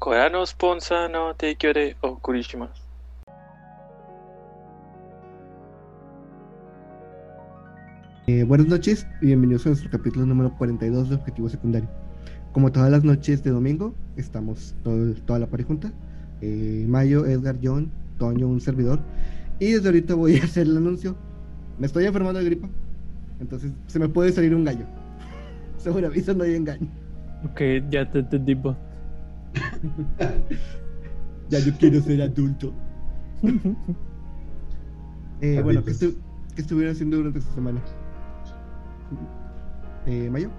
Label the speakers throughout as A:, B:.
A: からのスポンサーの提供でお送りします。
B: Eh, buenas noches y bienvenidos a nuestro capítulo número 42 de Objetivo Secundario. Como todas las noches de domingo, estamos todo- toda la pareja junta. Eh, Mayo, Edgar, John, Toño, un servidor. Y desde ahorita voy a hacer el anuncio. Me estoy enfermando de gripa, entonces se me puede salir un gallo. Según aviso, no hay engaño.
C: Ok, ya te entendí. bot.
B: Ya yo quiero ser adulto. Eh, bueno, ¿qué, estu- qué estuvieron haciendo durante esta semana? Eh, Mayo,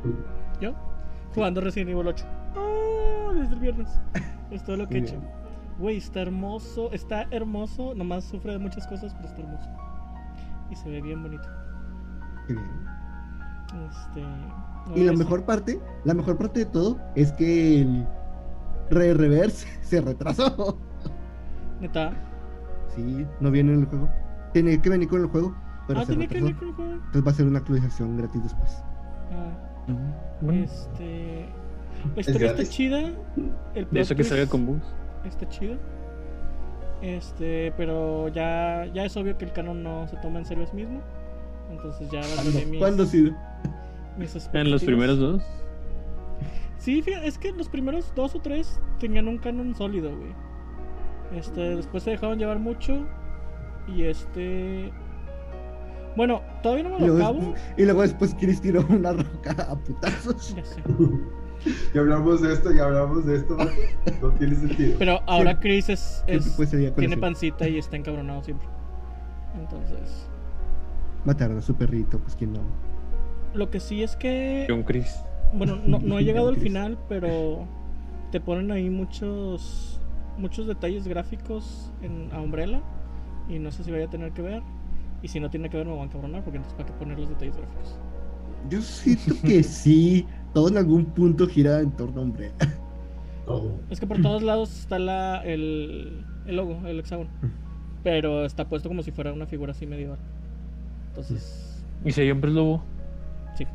D: ¿Yo? Jugando Resident Evil 8. Ah, desde el viernes. Es todo lo que he
B: Muy
D: hecho.
B: bien.
D: Güey, está hermoso. Está hermoso. Nomás sufre de muchas cosas, pero está hermoso. Y se ve bien bonito.
B: qué bien.
D: Este. no,
B: Y la
D: es-
B: mejor parte, la mejor parte de todo es que el Re Reverse se retrasó.
D: Neta.
B: Sí, no viene en el juego. Tiene que venir con el juego, pero
D: ah,
B: se
D: tiene que
B: retrasó.
D: ver con el juego.
B: Entonces va a ser una actualización gratis después.
D: Ah,
B: Mm.
C: Bueno,
D: este. La historia está
E: gratis.
D: chida. El
C: de
D: plot
C: eso que salga
D: twist
C: con bus.
D: Está chido. Este, pero ya, ya es obvio que el canon no se toma en serio a sí mismo. Entonces ya abandoné mis,
B: ¿Cuándo sí?
D: mis
C: En los
D: expectativas.
C: primeros dos.
D: Sí, fíjate, es que los primeros dos o tres tenían un canon sólido, güey. Este, después se dejaron llevar mucho. Y este. Bueno, todavía no me
B: Y
D: lo
B: luego,
D: acabo.
B: y luego después Chris tiró una roca a putazos.
D: Ya sé.
E: Ya hablamos de esto, ya hablamos de esto, vato. No tiene sentido.
D: Pero ahora Chris es.
B: Siempre
D: es-
B: fue ese día con
D: tiene
B: ese.
D: pancita y está encabronado siempre. Entonces.
B: Mataron a su perrito, pues quién no.
D: Lo que sí es que.
C: John Chris.
D: Bueno, no, no he llegado al
B: Chris.
D: final, pero te ponen ahí muchos muchos detalles gráficos en a Umbrella y no sé si vaya a tener que ver. Y si no tiene que ver me van a cabronar porque entonces para qué poner los detalles gráficos.
B: Yo siento que sí, todo en algún punto gira en torno a hombre.
E: No.
D: Es que por todos lados está la, el, el logo, el hexágono. Pero está puesto como si fuera una figura así medieval. Entonces,
C: Y siempre es lobo.
D: sí.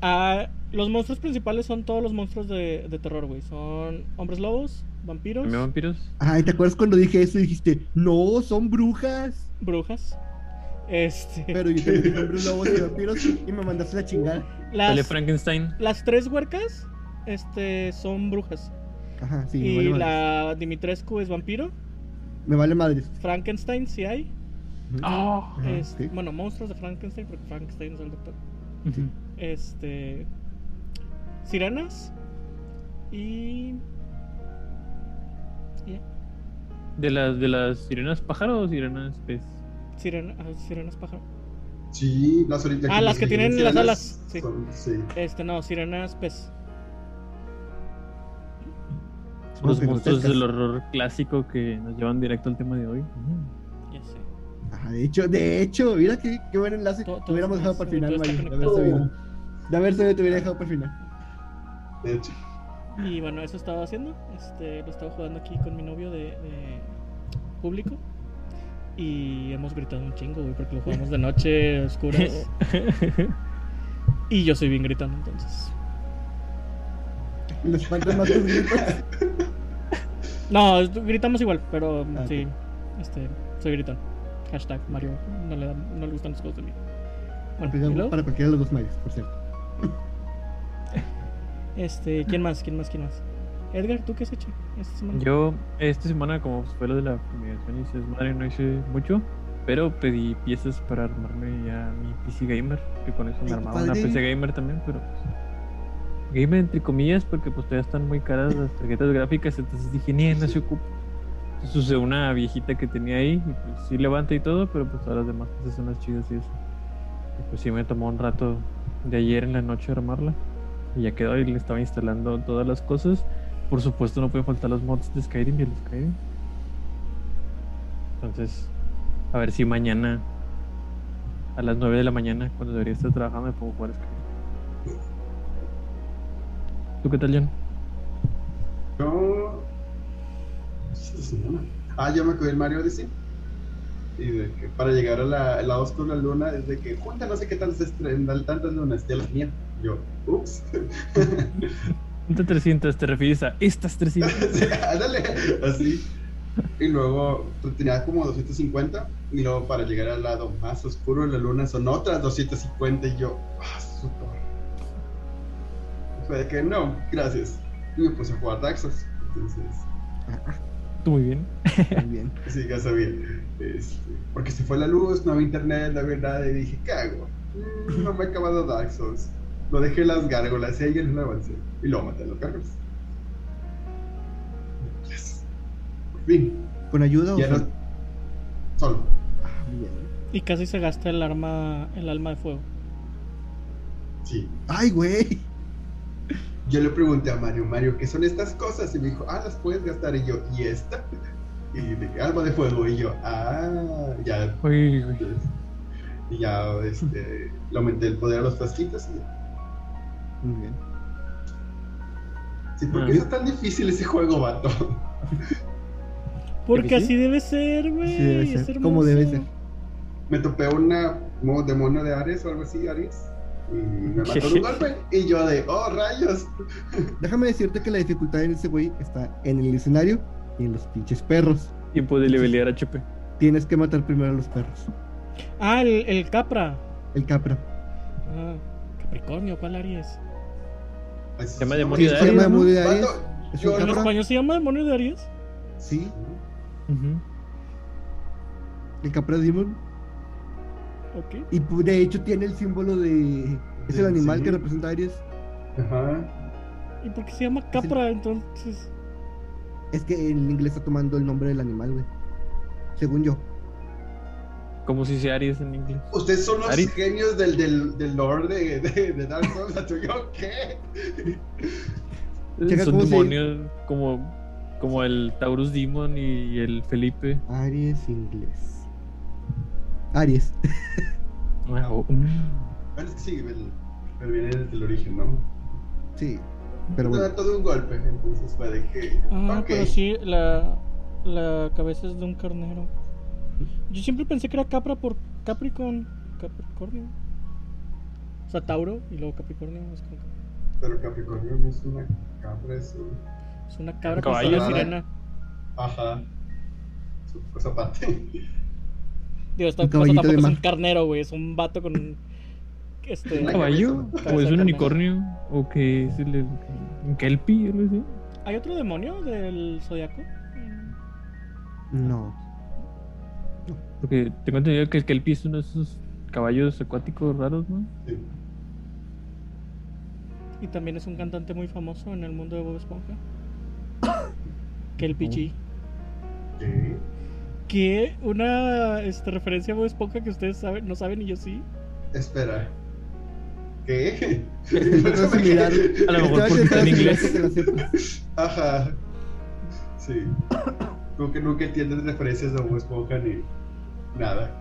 D: Ah, los monstruos principales son todos los monstruos de, de terror, güey. Son hombres lobos, vampiros,
C: ¿También vampiros?
B: Ay, ¿te acuerdas cuando dije eso y dijiste, no, son brujas?
D: brujas. Este.
B: Pero yo también dije hombres lobos y vampiros y me mandaste la chingada.
C: Sale
D: Las,
C: Frankenstein.
D: las tres huercas este, son brujas.
B: Ajá, sí,
D: y
B: me vale madres.
D: la Dimitrescu es vampiro.
B: Me vale madres.
D: Frankenstein sí hay.
C: Oh.
B: Ajá,
D: es-
B: sí.
D: Bueno, monstruos de Frankenstein, porque Frankenstein es el doctor.
C: Ujú.
D: Este. Sirenas. Y. y ya.
C: De las, de las sirenas pájaro o sirenas pues, pez.
D: Sirena- ah, sirenas pájaro.
E: Sí, las ahorita
D: Ah, las que tienen las
E: tienen
D: alas, sí.
E: son- sí.
D: Este, no, sirenas pez.
B: Supongo
C: Los
B: que
C: monstruos del
B: grotescas.
C: horror clásico que nos llevan directo al tema de hoy. Ujú.
D: Ya sé.
B: Ajá, de hecho, de hecho, mira qué, qué buen enlace.
D: Todo-
B: Te
D: todo
B: hubiéramos dejado para el
D: está-
B: final,
D: todo está
B: Mario. De haber
D: conectado.
B: sabido. De haber sabido, te hubiera dejado para el final.
E: De hecho.
D: Y bueno, eso estaba haciendo. Este, lo estaba jugando aquí con mi novio de, de público. Y hemos gritado un chingo, güey, porque lo jugamos de noche, a oscuras. y yo soy bien gritando, entonces.
B: Les faltan más tus gritos.
D: No, es- gritamos igual, pero
B: Ah,
D: sí. Este, soy gritón. Hashtag Mario. No le, dan- no le gustan los juegos de mí. Bueno, ¿y
B: Para,
D: luego?
B: para cualquiera de los dos Marios, por cierto.
D: este, ¿quién más? ¿Quién más? ¿Quién más? Edgar, ¿tú qué has hecho esta semana?
C: Yo, esta semana, como fue lo de la fumigación y se desmadre, no hice mucho. Pero pedí piezas para armarme ya mi PC Gamer. Que con eso
B: Ay,
C: me
B: qué
C: armaba una
B: padre.
C: PC Gamer también, pero. pues, gamer entre comillas, porque pues todavía están muy caras las tarjetas gráficas. Entonces dije, ni no se ocupa. Entonces usé una viejita que tenía ahí. Y pues sí levanta y todo, pero pues todas las demás cosas son las chidas y eso. Y, pues sí me tomó un rato de ayer en la noche armarla. Y ya quedó y le estaba instalando todas las cosas. Por supuesto, no pueden faltar los mods de Skyrim y el Skyrim. Entonces, a ver si mañana a las 9 de la mañana, cuando debería estar trabajando, me pongo a jugar Skyrim. ¿Tú qué tal, John?
E: Yo. Sí, sí, no. Ah, ya me acudí el Mario Odyssey. Y de que para llegar a la, a la oscura luna, es de que junta no sé qué tantas, estre- tantas lunas, ya las tenía. Yo, ups.
C: Punto 300, te refieres a estas 300.
E: Sí, ándale, así. Y luego pues, tenía como 250 y luego para llegar al lado más oscuro de la luna son otras 250 y yo, ah, su torre. Fue de que no, gracias. Y me puse a jugar Daxos. Entonces,
C: Tú Muy bien.
B: Muy bien.
E: sí, ya sabía. Este, porque se fue la luz, no había internet, no había nada y dije, ¿qué hago? Mm, No me he acabado Dark Souls. Lo dejé en las gárgolas y alguien lo avancé. Y luego maté a los gárgolas. Yes. Fin.
B: ¿Con ayuda o
E: Ya no.
B: solo?
E: Solo.
B: Ah, muy bien.
D: Y casi se gasta el arma, el alma de fuego.
E: Sí.
B: ¡Ay, güey!
E: Yo le pregunté a Mario, Mario, ¿qué son estas cosas? Y me dijo, ah, las puedes gastar. Y yo, ¿y esta? Y dije, arma de fuego. Y yo, ah, ya.
C: Uy, güey.
E: Y ya, este, le aumenté el poder a los frasquitos. Y ya.
B: Muy bien.
E: Sí, ¿por qué
C: Ah.
E: es tan difícil ese juego, vato?
D: Porque
C: que sí?
D: así debe ser, güey.
B: Así debe
D: es
B: ser, como
D: hermoso.
B: debe ser.
E: me topé una mo- demonio de Ares o algo así, Ares, y me mató de un golpe. Y yo de, oh, rayos.
B: Déjame decirte que la dificultad en ese güey está en el escenario y en los pinches perros.
C: Tiempo de levelear HP.
B: Tienes que matar primero a los perros.
D: Ah, el, el Capra.
B: El capra.
D: Ah, Capricornio, ¿cuál Aries?
E: Así Se
C: llama
B: Sí,
C: demonio
B: se
C: de Aries,
B: llama
C: ¿no?
B: Moody Aries.
E: Vato,
B: ¿Es
E: yo
B: un
D: ¿En
E: no-
B: capra?
D: español se llama demonio de Aries?
B: Sí,
C: Ujú.
B: el capra demon.
D: Ok.
B: Y pu- de hecho tiene el símbolo de... Es el
E: Sí,
B: animal
E: sí.
B: que representa a Aries.
E: Ajá.
D: ¿Y por qué se llama Capra entonces?
B: Es que en inglés está tomando el nombre del animal, güey. Según yo.
C: Como si se Aries en inglés.
E: Ustedes son los
C: Aries.
E: genios del, del, del lore de, de, de Dark Souls. vato, ¿Yo qué?
B: Checa
C: Son
B: cómo se-
C: demonios como, como el Taurus Demon y el Felipe.
B: Aries inglés. Aries.
C: Ah, oh, mm.
E: Bueno, es que sí, el- pero viene desde el origen, ¿no?
B: Sí. Pero
E: Me
B: bueno.
E: mató de un golpe, entonces fue de que.
D: Ah,
E: ok.
D: pero sí, la, la cabeza es de un carnero. Yo siempre pensé que era Capra por Capricorn, Capricornio. O sea, Tauro y luego Capricornio. Es, como que-
E: Pero Capricornio no es una cabra, es un.
D: es una cabra
C: Un
D: con
C: caballo,
D: una
E: ¿no?
D: sirena.
E: Ajá. Su cosa aparte.
D: Digo, esta
B: Un
D: cosa
B: caballito
D: tampoco
B: de
D: es
B: mar.
D: un carnero, güey. Es un vato con. un- Este.
E: Una
C: caballo? ¿O
D: cabeza.
C: es un
D: Cabeza
C: unicornio? ¿O que es el, el- un kelpie? algo así?
D: ¿Hay otro demonio del zodiaco?
B: No.
C: Porque tengo entendido que el kelpie es uno de esos caballos acuáticos raros, ¿no?
E: Sí.
D: Y también es un cantante muy famoso en el mundo de Bob Esponja. que el PG.
E: ¿Qué?
D: Que una este, referencia a Bob Esponja que ustedes saben, no saben y yo sí.
E: Espera. ¿Qué?
B: Entonces, mirar-
C: A lo mejor
B: Estaba
C: porque está en
B: intentando
C: inglés.
B: que te la sepas.
E: Ajá. Sí. Como que nunca entiendes referencias de Bob Esponja ni nada.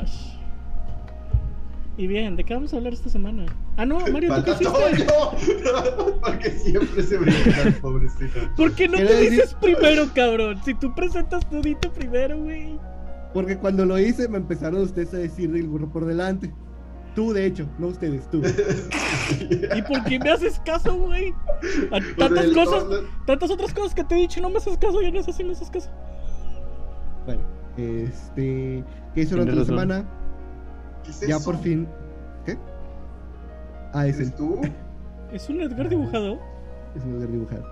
D: Ash. Y bien, ¿de qué vamos a hablar esta semana? Ah, no, Mario, ¿tú qué
E: Falta todo
D: hiciste?
E: yo. Porque siempre se me quedan pobrecito.
D: ¿Por qué no
B: Quiero
D: te
B: decir-
D: dices primero, cabrón? Si tú presentas todito primero, güey.
B: Porque cuando lo hice me empezaron ustedes a decir el burro por delante. Tú, de hecho, no ustedes, tú.
D: ¿Y por qué me haces caso, güey? A tantas
E: Pues,
D: cosas, tantas otras cosas que te he dicho, no me haces caso, y en eso sí me haces caso.
B: Bueno, este. ¿Qué hizo
C: Tienes
B: durante la
C: razón.
B: semana?
E: Este
B: Ya por fin. ¿Qué? Ah, es el,
E: ¿Eres tú?
D: Es un Edgar dibujado.
B: es un lugar dibujado.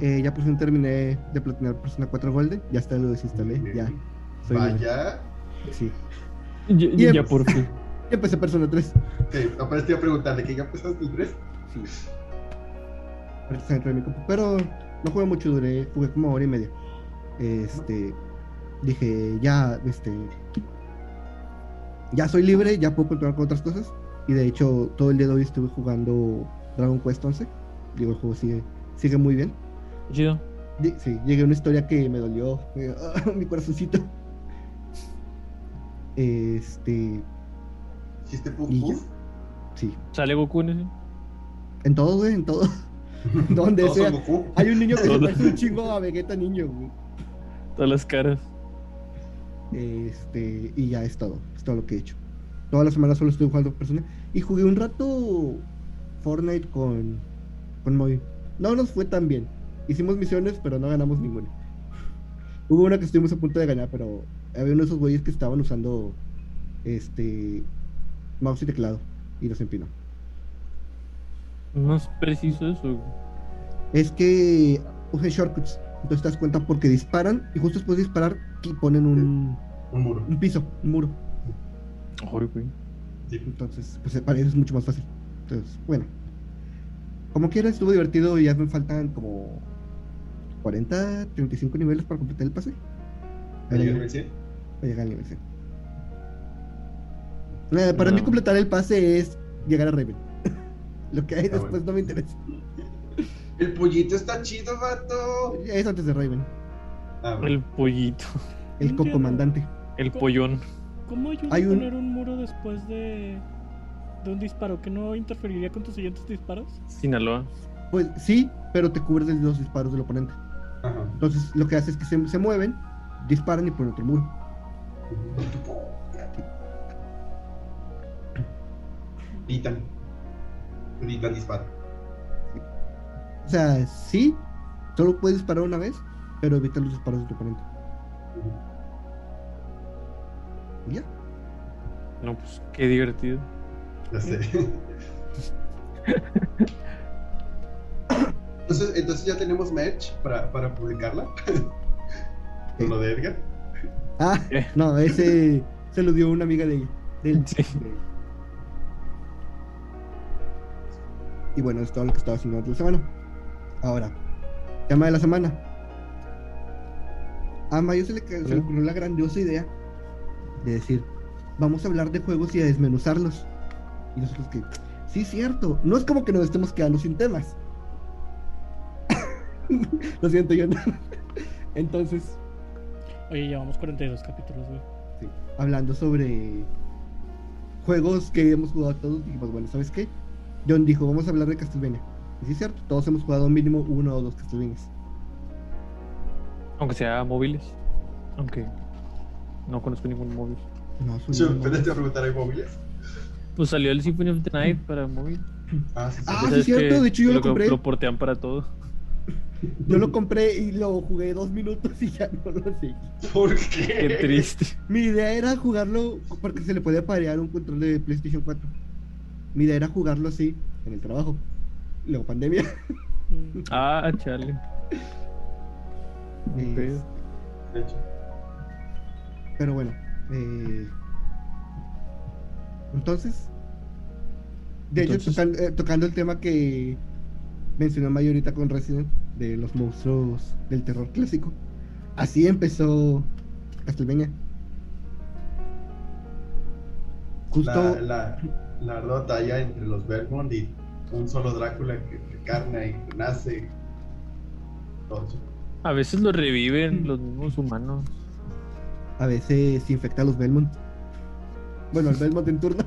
B: Eh, ya por fin terminé de platinar Persona 4 Golden. Ya está, lo desinstalé. Ya. Soy libre.
E: Vaya.
B: Sí.
C: Ya,
B: Bien.
C: ya por fin.
B: Empecé Persona 3.
E: Sí, apenas te iba a preguntarle que ya empezaste el 3.
B: Sí. Ahorita está dentro de mi compu, Pero no jugué mucho, duré, jugué como hora y media. Este. Dije, ya, este. Ya soy libre, ya puedo continuar con otras cosas. Y de hecho, todo el día de hoy estuve jugando Dragon Quest 11. Digo, el juego sigue, sigue muy bien.
C: Chido.
B: Di- Sí, llegué a una historia que me dolió eh, mi corazoncito. Este.
E: Hiciste puf
B: ¿Y
E: puf.
B: Sí.
C: ¿Sale Goku en ese?
B: En todo, güey, en todo. Donde
E: Todos
B: sea.
E: son Goku.
B: Hay un niño que se
C: Todo.
B: parece un chingo a Vegeta niño, güey.
C: Todas las caras.
B: Este, y ya es todo. Es todo lo que he hecho. Toda la semana solo estuve jugando persona. Y jugué un rato Fortnite con, con Moy. No nos fue tan bien. Hicimos misiones, pero no ganamos ninguna. Hubo una que estuvimos a punto de ganar, pero había uno de esos güeyes que estaban usando este mouse y teclado y los empinó.
C: No es preciso eso.
B: Es que usan shortcuts. Entonces te das cuenta porque disparan y justo después de disparar y ponen un,
E: Un muro.
B: un piso, un muro.
C: Ay, güey.
E: Sí.
B: Entonces, pues para ellos es mucho más fácil. Entonces, bueno. Como quiera, estuvo divertido y ya me faltan como 40, 35 niveles para completar el pase.
E: ¿Ya
B: Para
E: llegaron
B: llegar
E: al 100?
B: para llegar al nivel 100. Nada, para mí
C: No.
B: completar el pase es llegar a Raven. Lo que hay
E: Ah,
B: después no me interesa.
E: El pollito está chido, vato.
B: Es antes de Raven.
E: Ah, bueno.
C: El pollito.
B: El
D: Entiendo.
B: cocomandante.
C: El pollón.
D: ¿Cómo ayuda
B: Hay
D: a
B: un-
D: poner un muro después de, de un disparo que no interferiría con tus siguientes disparos?
C: Sinaloa.
B: Pues sí, pero te cubres de los disparos del oponente.
E: Ajá.
B: Entonces lo que hace es que se, se mueven, disparan y ponen otro muro.
E: Gritan. Gritan, dispara.
B: O sea, sí, solo puedes disparar una vez, pero evita los disparos de tu oponente. Y Ya.
C: No, pues qué divertido.
E: Ya sé. Entonces, entonces ya tenemos merch para, para publicarla. Con lo de Edgar.
B: Ah,
C: Eh.
B: no, ese se lo dio una amiga de del
C: Sí.
B: de- Y bueno, es todo lo que estaba haciendo durante la semana. Ahora, tema de la semana. A Mayo se le, ca- se le ocurrió la grandiosa idea de decir, vamos a hablar de juegos y a desmenuzarlos. Y nosotros que, sí, cierto, no es como que nos estemos quedando sin temas. lo siento, yo no. Entonces,
D: Oye, llevamos 42 capítulos, güey.
B: Sí. hablando sobre juegos que hemos jugado todos, dijimos, bueno, ¿sabes qué? John dijo, vamos a hablar de Castlevania. Y sí es cierto, todos hemos jugado mínimo uno o dos Castlevanias.
C: Aunque sea móviles. Aunque no conozco ningún móvil.
B: No, son
E: Sí, este-
B: uno.
E: espérate a preguntar, ¿hay móviles?
C: Pues salió el Symphony of the Night para móvil.
E: Ah, sí,
B: Mm. Ah,
E: sí.
C: Ya
B: sí,
C: sabes
B: cierto,
C: que
B: de hecho yo lo compré.
C: Lo portean para todo.
B: Yo lo compré y lo jugué dos minutos y ya no lo seguí.
E: ¿Por qué?
C: Qué triste.
B: Mi idea era jugarlo porque se le podía parear un control de PlayStation 4. Mi idea era jugarlo así en el trabajo. Luego pandemia.
D: Mm.
C: Ah, chale. Ni
B: Eh,
C: pedo.
E: De hecho.
B: Pero bueno, eh, entonces, de hecho,
C: Entonces-
B: tocan- eh, tocando el tema que mencionó May ahorita con Resident, de los monstruos del terror clásico, así empezó Castlevania. Justo,
E: La, la, la ardua batalla entre los Belmont y un solo Drácula que encarna y que nace. Todo eso.
C: A veces lo reviven los mismos humanos.
B: a veces se infecta a los Belmont. Bueno, el Belmont en turno.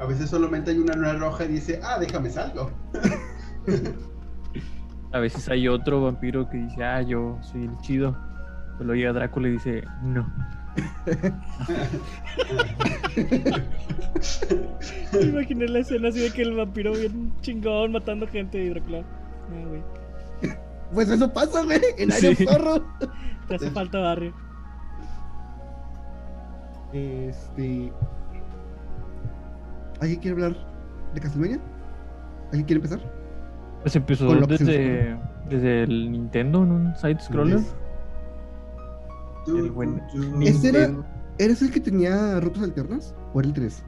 E: A veces solamente hay una nueva roja y dice, ah, déjame salgo.
C: A veces hay otro vampiro que dice, ah, yo soy el chido. Pero luego llega Drácula y dice, no.
D: Me imaginé la escena así de que el vampiro bien chingón matando gente y Drácula. Ah, güey.
B: Pues eso pasa, güey, en Iron
C: Sí.
B: Zorro.
D: Te hace falta barrio.
B: Este. ¿Alguien quiere hablar de Castlevania? ¿Alguien quiere empezar?
C: Pues empezó
B: Con lo que se
C: desde, desde el Nintendo en un side-scroller. El buen
B: Ese era-
C: Nintendo.
B: ¿Eres el que tenía rutas alternas? ¿O era el 3?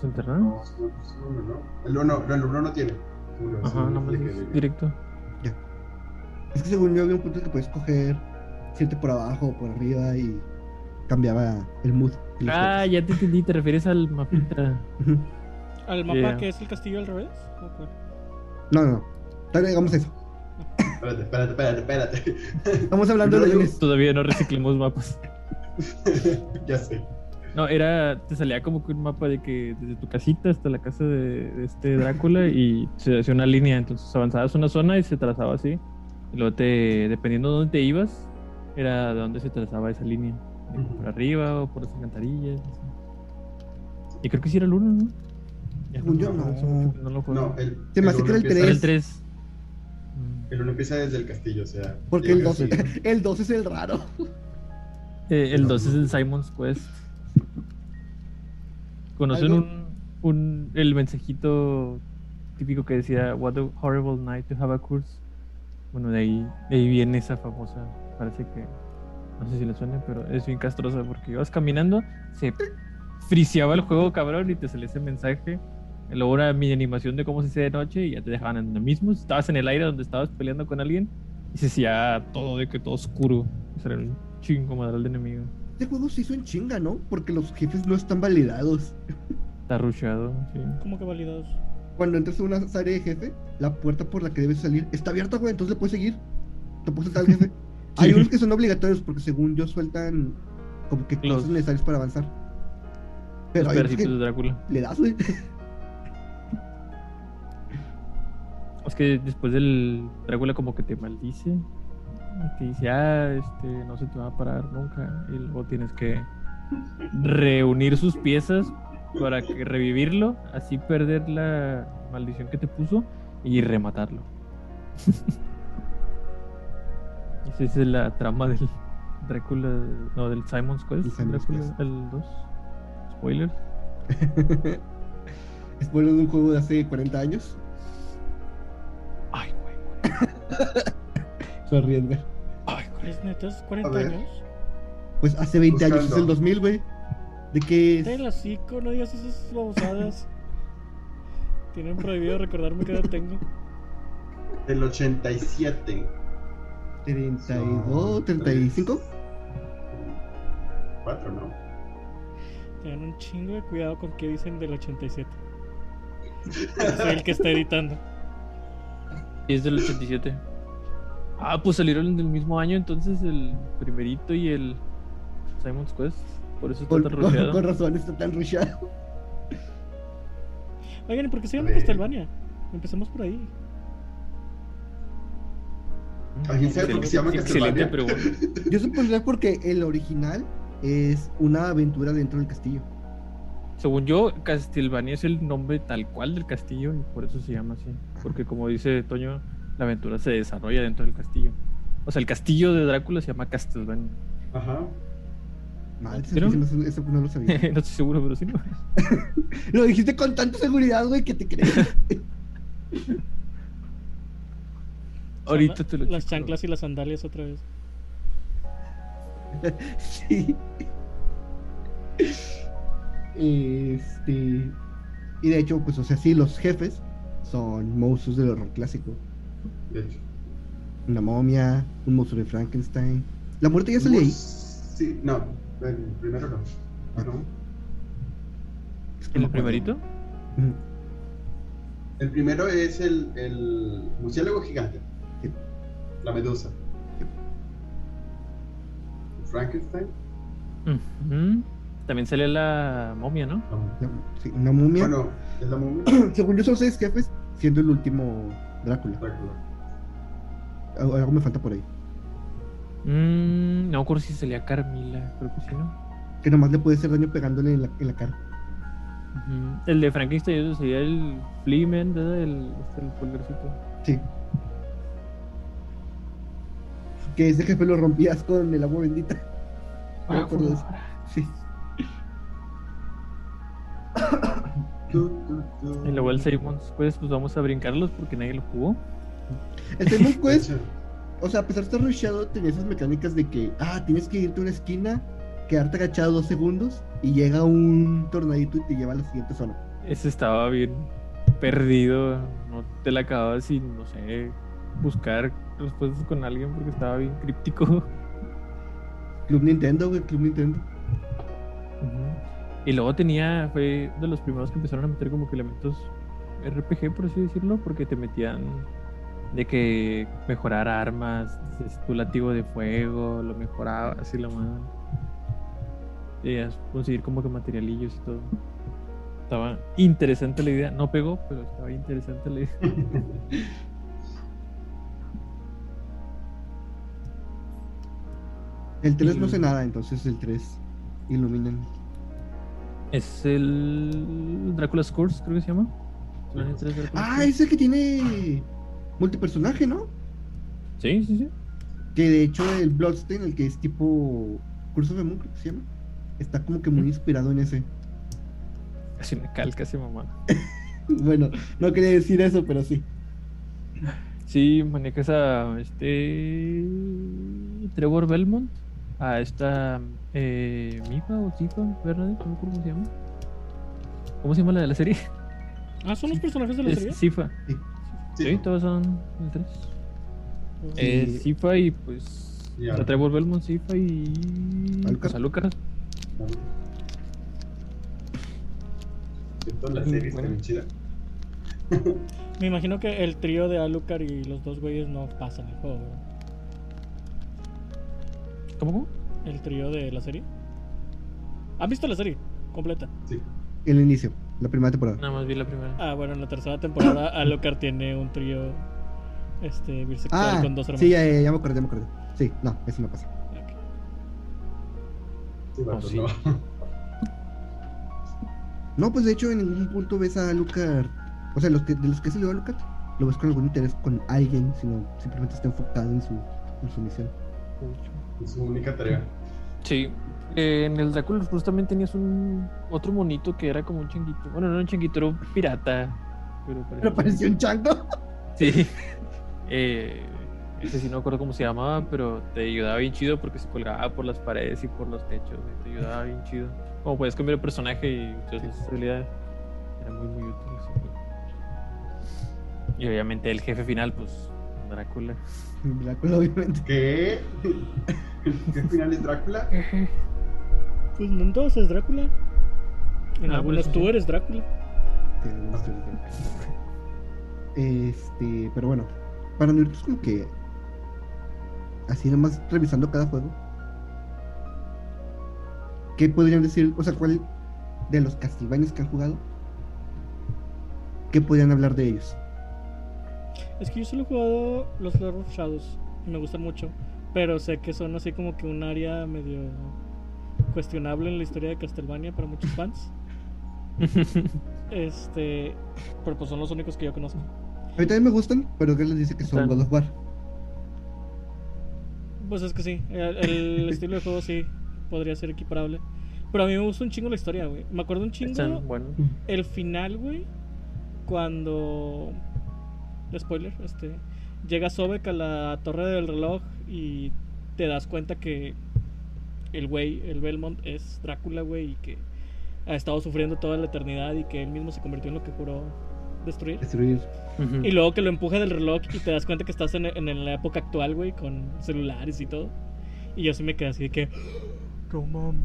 C: ¿Se enterraron?
E: No, es uno, es uno, ¿no? ¿Mm? El uno, no, el uno no tiene. Uno, es
C: Ajá,
E: uno,
C: no me
E: le-
C: digas,
E: le-
C: Directo.
B: Es que según yo había un punto en que podías coger 7 por abajo o por arriba y cambiaba el mood. y los
C: Ah, ya te entendí, te refieres al mapita.
B: juegos. Ujú.
D: ¿Al mapa
C: Yeah.
D: que es el castillo al revés? ¿O cuál?
B: No, no, no. Todavía digamos eso.
E: Espérate, espérate, espérate,
B: Estamos hablando de
E: Primero
B: Lunes.
C: Todavía no reciclamos mapas.
E: espérate. ya sé.
C: No, era, te salía como que un mapa de que desde tu casita hasta la casa de, de este Drácula y se hacía una línea, entonces avanzabas una zona y se trazaba así. Y luego te, dependiendo de dónde te ibas, era de dónde se trazaba esa línea. de que Por arriba o por las alcantarillas. así. Y creo que sí era el uno, ¿no? Ya
B: Según yo,
C: me acuerdo,
B: no.
C: No lo juego.
E: No, el. Mm.
B: Se me hace
E: uno
B: que era el
E: empieza-
C: Era
B: tres.
C: el Eh, 3.
E: El uno empieza desde el castillo, o sea.
B: Porque el
E: llega
B: 2
E: así.
B: el 2 es el raro.
C: el 2 es el Simon's Quest. ¿Conocen
B: Algo-
C: un, un- el mensajito típico que decía What a horrible night to have a curse? Bueno, de ahí, de ahí viene esa famosa. Parece que. No sé si le suena, pero es bien castrosa porque ibas caminando, se friseaba el juego, cabrón, y te salía ese mensaje. Luego una mini animación de cómo se hacía de noche y ya te dejaban en lo mismo. Estabas en el aire donde estabas peleando con alguien y se hacía todo de que todo oscuro. O sea, era un chingo madral de enemigo.
B: Este juego se hizo en chinga, ¿no? Porque los jefes no están validados.
C: Está rushado, sí.
D: ¿Cómo que validados?
B: Cuando entras a una área de jefe, la puerta por la que debes salir está abierta, güey, entonces le puedes seguir. Te puedes saltar al jefe. Hay unos que son obligatorios porque según yo sueltan como que
C: Los-
B: cosas necesarias para avanzar. Pero
C: Los
B: hay otros
C: pedacitos de
B: que
C: Drácula.
B: le das, güey.
C: Es que después del Drácula como que te maldice. y Te dice, ah, este, no se te va a parar nunca. Y luego tienes que reunir sus piezas para que revivirlo, así perder la maldición que te puso y rematarlo. Esa es la trama del Drácula, no, del Simon's Quest.
B: El Simon's
C: Drácula,
B: Quest.
C: el 2. Spoilers.
B: Es bueno de un juego de hace 40 años.
C: Ay, güey.
B: Se arriesga.
C: Ay, güey.
D: ¿Es neta? ¿Es
E: A
D: 40
E: ver.
D: años?
B: Pues hace 20 años,
E: Buscando.
B: es el 2000, güey. ¿De qué
D: Te
B: es?
D: el hocico, no digas esas babosadas. Tienen prohibido recordarme qué edad tengo.
E: Del 87.
B: 32, 35.
E: 4, ¿no?
D: Tengan un chingo de cuidado con qué dicen del 87. Yo Soy el que está editando.
C: Y es del 87. Ah, pues salieron del mismo año entonces el primerito y el Simon's Quest. Por eso está
B: Con,
C: tan
B: con-
C: rodeado.
B: con razón está tan rushado.
D: Oigan, ¿y por qué se
E: A
D: llama
E: ver.
D: Castlevania? Empecemos por ahí.
E: ¿Alguien sabe por qué se llama
C: Mm, Excelente
E: Castlevania?
C: pregunta.
B: Yo supondría porque el original es una aventura dentro del castillo.
C: Según yo, Castlevania es el nombre tal cual del castillo y por eso se llama así. Porque como dice Toño, la aventura se desarrolla dentro del castillo. O sea, el castillo de Drácula se llama Castlevania.
E: Ajá.
B: Madre,
C: Pero-
B: eso, eso- eso no lo
C: no
B: sabía.
C: estoy seguro, pero sí. ¿no?
B: lo dijiste con tanta seguridad, güey, que te crees.
C: Ahorita
D: Son
C: te lo
D: Las
C: checo.
D: chanclas y las sandalias otra vez.
B: sí. Este. Y de hecho, pues, o sea, sí, los jefes son monstruos del horror clásico.
E: De hecho.
B: Una momia, un monstruo de Frankenstein. La muerte ya salía ahí.
E: Sí, no. El primero no. Ah, no.
B: Es que
C: ¿El
B: me acuerdo.
C: primerito?
B: Ujú.
E: El primero es el, el murciélago gigante.
B: Sí.
E: La medusa.
B: Sí.
E: Frankenstein.
C: Ujú. También sale la momia, ¿no?
E: No.
B: La- sí, una momia.
E: Bueno, es la momia.
B: Según yo son seis jefes, siendo el último Drácula.
E: Drácula.
B: Al- Algo me falta por ahí.
C: Mm, no me acuerdo si salía Carmila, creo que sí, ¿no?
B: Que nomás le puede hacer daño pegándole en la, en la cara.
C: Ujú. El de Frankenstein eso sería el Fleeman, ¿verdad? El, este, el pulgarcito.
B: Sí. Que ese jefe lo rompías con el agua bendita. No me acuerdo de eso. Sí.
E: Tu, tu, tu.
C: El igual Simon's Quest, pues vamos a brincarlos porque nadie lo jugó.
B: El Simon
E: De
B: Quest,
E: hecho,
B: o sea, a pesar de estar rushado, tenía esas mecánicas de que, ah, tienes que irte a una esquina, quedarte agachado dos segundos y llega un tornadito y te lleva a la siguiente zona.
C: Ese estaba bien perdido, no te la acababas sin, no sé, buscar respuestas con alguien porque estaba bien críptico.
B: Club Nintendo, güey, Club Nintendo.
C: Ujú. Y luego tenía, fue de los primeros que empezaron a meter como que elementos RPG, por así decirlo, porque te metían de que mejorar armas, es tu látigo de fuego, lo mejorabas y la madre. Querías conseguir como que materialillos y todo. Estaba interesante la idea, no pegó, pero estaba interesante la idea.
B: El 3 no
C: Ilu-
B: sé nada, entonces el 3 iluminan.
C: Es el Drácula's Curse, creo que se llama. ¿Son las letras de Drácula's
B: Ah,
C: Curse?
B: es el que tiene multipersonaje, ¿no?
C: Sí, sí, sí.
B: Que de hecho el Bloodstain, el que es tipo Curso de Moon, creo que se llama, está como que muy inspirado en ese.
C: Casi me calca ese mamá.
B: Bueno, no quería decir eso, pero sí.
C: Sí, manejas a este. Trevor Belmont. A esta. Eh, Mifa o Tifa Bernadette, no me acuerdo cómo se llama. ¿Cómo se llama la de la serie?
D: Ah, son los personajes de la
C: Es
D: serie.
C: Sifa. Sí,
E: Sí.
C: todos son el tres.
D: Sí.
C: Eh, Sifa y pues.
E: Y a-
C: a Trevor Belmont, Sifa y.
B: A Lucas.
C: pues, a Lucas.
E: Siento la serie está bien chida.
D: Me imagino que el trío de Alucard y los dos güeyes no pasan el juego, ¿verdad?
C: ¿Cómo? cómo?
D: El trío de la serie. ¿Han visto la serie? Completa.
E: Sí.
B: El inicio, la primera temporada.
C: Nada más vi la primera.
D: Ah, bueno, en la tercera temporada Alucard tiene un trío este, bisexual
B: Ah,
D: con dos hermanos.
B: sí, ya, ya, ya me acordé, ya me acordé. Sí, no, eso no pasa.
D: Ok.
E: Sí, vatos,
C: Oh, sí.
E: no.
B: No, pues de hecho en ningún punto ves a Lucar, o sea, los que, de los que salió a Lucar, lo ves con algún interés con alguien, sino simplemente está enfocado en su, en su misión.
E: Es su única tarea.
C: Sí. Eh, en el Drácula Plus también tenías un otro monito que era como un changuito. Bueno, no era un changuito, era un pirata. Pero parecía-
B: Pero pareció un chango.
C: Sí. Eh, ese sí no me acuerdo cómo se llamaba, pero te ayudaba bien chido porque se colgaba por las paredes y por los techos. y te ayudaba bien chido. Como podías cambiar el personaje y usar sus habilidades. Era muy, muy útil. ese juego. Y obviamente el jefe final, pues Drácula.
B: Drácula, obviamente.
E: ¿Qué? ¿Qué final es Drácula?
D: Pues no en todos es Drácula. En
C: Ah,
D: algunos
C: pues,
D: tú
C: sí.
D: eres Drácula.
B: Te lo muestro ahorita. Este, pero bueno, para nosotros como que así nomás revisando cada juego. ¿Qué podrían decir? O sea, ¿cuál de los Castlevanias que han jugado? ¿Qué podrían hablar de ellos?
D: Es que yo solo he jugado los Lord of Shadows. y Me gustan mucho. Pero sé que son así como que un área medio cuestionable en la historia de Castlevania para muchos fans. Este. Pero pues son los únicos que yo conozco.
B: A mí también me gustan, pero que les dice que son
C: Están-
B: God of War.
D: Pues es que sí, el, el estilo de juego sí podría ser equiparable. Pero a mí me gusta un chingo la historia, güey. Me acuerdo un chingo
C: Están buenos.
D: el final, güey, cuando. Spoiler, este. Llega Sobek a la torre del reloj y te das cuenta que el güey, el Belmont, es Drácula, güey, y que ha estado sufriendo toda la eternidad y que él mismo se convirtió en lo que juró destruir.
B: Destruir.
C: Ujú.
D: Y luego que lo empuja del reloj y te das cuenta que estás en, en la época actual, güey, con celulares y todo. Y yo sí me quedé así de que. ¡No mames!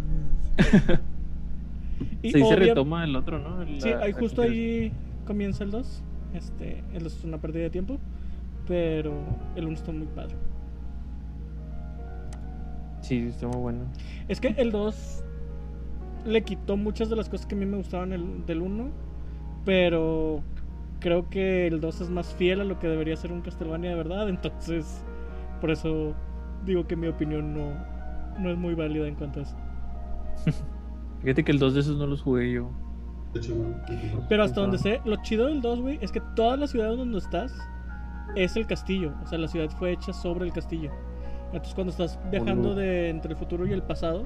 D: Y
C: Sí, se
D: obvia-
C: retoma el otro, ¿no? El-
D: Sí,
C: la-
D: ahí
C: la
D: justo
C: continuación.
D: ahí comienza el 2. Este, el 2 es una pérdida de tiempo. Pero el 1 está muy padre.
C: Sí, está muy bueno.
D: Es que el 2 le quitó muchas de las cosas que a mí me gustaban el- del 1. Pero creo que el 2 es más fiel a lo que debería ser un Castlevania de verdad. Entonces, por eso digo que mi opinión no, no es muy válida en cuanto a eso.
C: Fíjate que el dos de esos no los jugué yo.
E: De hecho, no.
D: Pero hasta
C: Ajá.
D: donde sé, lo chido del 2, güey, es que toda la ciudad donde estás es el castillo. O sea, la ciudad fue hecha sobre el castillo. Entonces, cuando estás viajando
C: Boludo.
D: de entre el futuro y el pasado,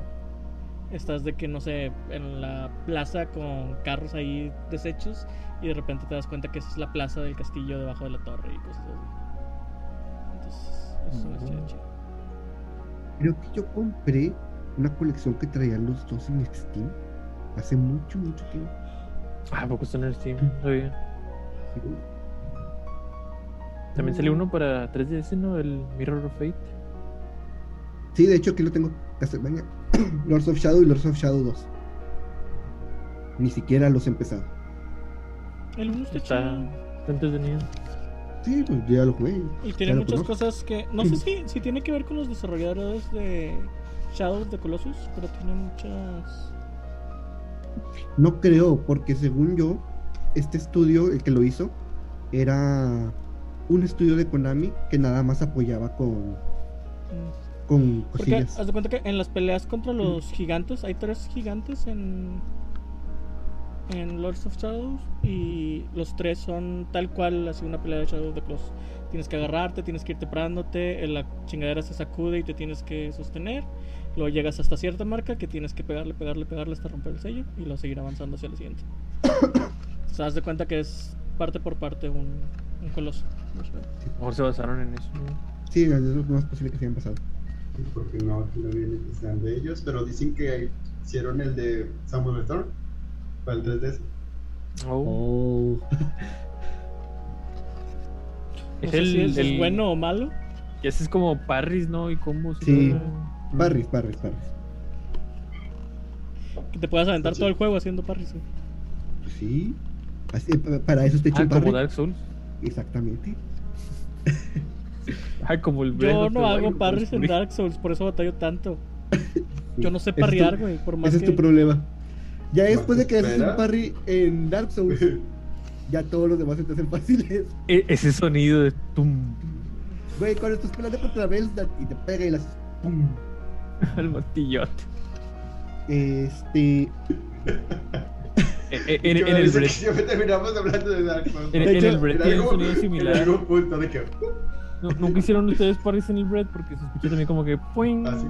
D: estás de que, no sé, en la plaza con carros ahí deshechos y de repente te das cuenta que esa es la plaza del castillo debajo de la torre y cosas así. Entonces, eso es una
C: Ujú.
D: historia chida.
B: Creo que yo compré una colección que traían los dos en Steam hace mucho, mucho tiempo.
C: Ah, ¿a poco está en el Steam. Está bien. También
D: Mm.
C: salió uno para 3DS, ¿no? El Mirror of Fate.
B: Sí, de hecho aquí lo tengo. Castlevania, Lords of Shadow y Lords of Shadow 2. Ni siquiera los he empezado.
D: El uno está
C: Está,
D: chido.
C: está entretenido.
B: Sí, pues yo ya lo jugué.
D: Y tiene
B: Ya lo
D: muchas
B: conozco.
D: cosas que. No sé si, si tiene que ver con los desarrolladores de Shadow of the Colossus, pero tiene muchas.
B: No creo, porque según yo, este estudio, el que lo hizo, era un estudio de Konami que nada más apoyaba con,
D: mm.
B: con
D: Porque
B: cosillas.
D: haz de cuenta que en las peleas contra los gigantes, hay tres gigantes en, en Lords of Shadows y los tres son tal cual así una pelea de Shadows de Claws. Tienes que agarrarte, tienes que irte parándote, eh, la chingadera se sacude y te tienes que sostener. Luego llegas hasta cierta marca que tienes que pegarle, pegarle, pegarle hasta romper el sello y luego seguir avanzando hacia el siguiente. O sea, haz de cuenta que es parte por parte un, un coloso.
C: Más o menos. A lo mejor se basaron en eso.
D: Mm.
C: ¿no?
B: Sí, es lo más posible que se hayan pasado.
E: pues, Porque no, aquí no viene que sean de ellos, pero dicen que hicieron el de Samuel Return para el 3DS.
C: Oh.
B: Oh.
D: No
C: Es
D: sé
C: el,
D: si eso es
C: el-
D: bueno o malo.
C: Y ese es como parries, ¿no? Y combos. y
B: Sí.
C: todo, ¿no?
B: Parris, parris, parris.
D: Que te puedas aventar
E: Sí.
D: todo el juego haciendo parries. güey.
B: Pues Sí. Así- eh, pa- para eso está hecho
C: Ah,
B: un
C: como
B: parry.
C: Dark Souls.
B: Exactamente.
C: Ah, como el Breath
D: Yo
C: of the
D: no hago
C: Wild,
D: parries en
C: pues,
D: Dark Souls, por eso batallo tanto.
B: Sí.
D: Yo no
B: Ese
D: sé
B: es tu-
D: parrear, güey, por más
B: Ese
D: que...
B: es tu problema. Ya
E: Más
B: después de que haces
E: espera.
B: un parry en Dark Souls, ya todos los demás se te hacen fáciles.
C: E- ese sonido de tum.
B: Güey, cuando estás peleando contra Belzdat y te pega y las. ¡Pum!
C: Al martillote.
B: Este.
C: E- e- En,
E: Que
C: en
E: me
C: el
E: dice
C: Breath.
E: que siempre terminamos hablando de Dark Souls.
C: En,
B: De
C: en
B: hecho,
C: el Breath
E: en
C: tiene un
E: algún-
C: sonido
E: en
C: similar.
E: algún punto de que.
C: No, nunca hicieron ustedes parries en el Breath porque se escucha también como que ¡puing!
E: Ah, sí.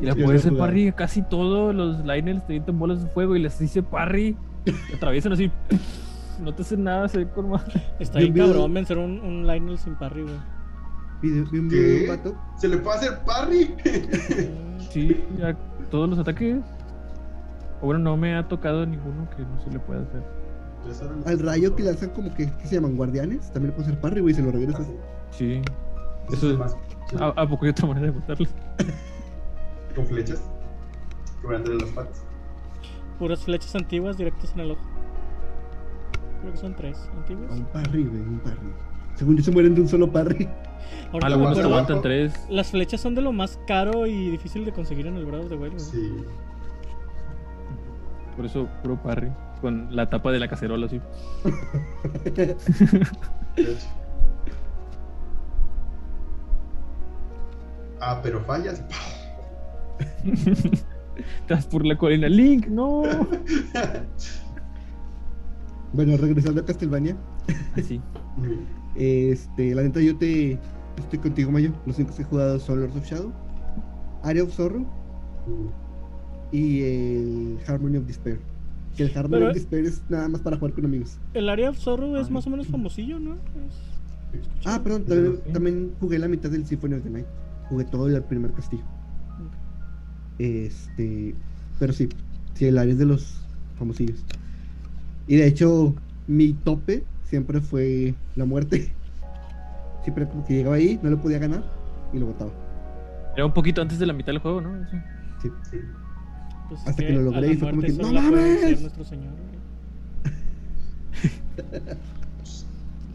C: Y la
B: Sí,
C: puedes
B: sí,
C: hacer
B: claro.
C: parry a casi todos los liners te avientan bolas de fuego y les dice parry, te atraviesan así, no te hacen nada, se ve con más.
D: Está
B: Yo
D: bien
B: vi un-
D: cabrón vencer un, un Lionel sin parry, güey.
B: Video, vi un video de un
E: ¿Qué?
B: vato.
E: ¿Se le puede hacer parry?
C: Sí, a todos los ataques. O Bueno, no me ha tocado ninguno que no se le pueda hacer.
E: Ya saben.
B: Al rayo que lanzan como que, ¿qué se llaman? Guardianes. También le puedes hacer parry, güey, y se lo
E: Ah,
B: regresas.
E: sí.
C: Sí.
E: Eso
C: Eso
E: es
C: es- Ah.
E: más.
C: ¿A, a poco hay otra manera de botarlo?
E: Con flechas. Que van entre las patas.
D: Puras flechas antiguas directas en el ojo. Creo que son tres antiguas.
B: Un parry, güey, un parry. Según yo se mueren de un solo parry.
D: Ahorita
C: A
D: me
E: la
C: algunos
E: guarda
D: acuerdo.
E: abajo.
C: aguantan tres.
D: Las flechas son de lo más caro y difícil de conseguir en el Breath of the Wild, güey.
E: Sí.
C: Por eso, puro parry. Con la tapa de la cacerola, así.
E: de hecho. Ah, pero fallas.
C: Estás por la colina. ¡Link! ¡No!
B: Bueno, regresando a Castlevania.
C: Así.
B: Este, la neta, yo te. Estoy contigo, Mayo. Los únicos que he jugado son Lords of Shadow, Area of Zorro
E: Mm,
B: y el Harmony of Despair. Que el Harmony
D: Pero-
B: of Despair es nada más para jugar con amigos.
D: El área of Zorro es
C: Ay.
D: más o menos famosillo, ¿no? Es-
B: Ah, perdón, también, también jugué la mitad del Symphony of the Night. Jugué todo el primer castillo. Este. Pero sí, sí, el área es de los famosillos. Y de hecho, mi tope siempre fue la muerte. Siempre como que llegaba ahí, no lo podía ganar y lo botaba.
C: Era un poquito antes de la mitad del juego, ¿no? Eso.
D: pues es
B: Hasta que lo logré
D: a la
B: y fue como
D: muerte
B: que,
D: solo
B: ¡no
D: la puede
B: mames!
D: vencer nuestro señor, güey.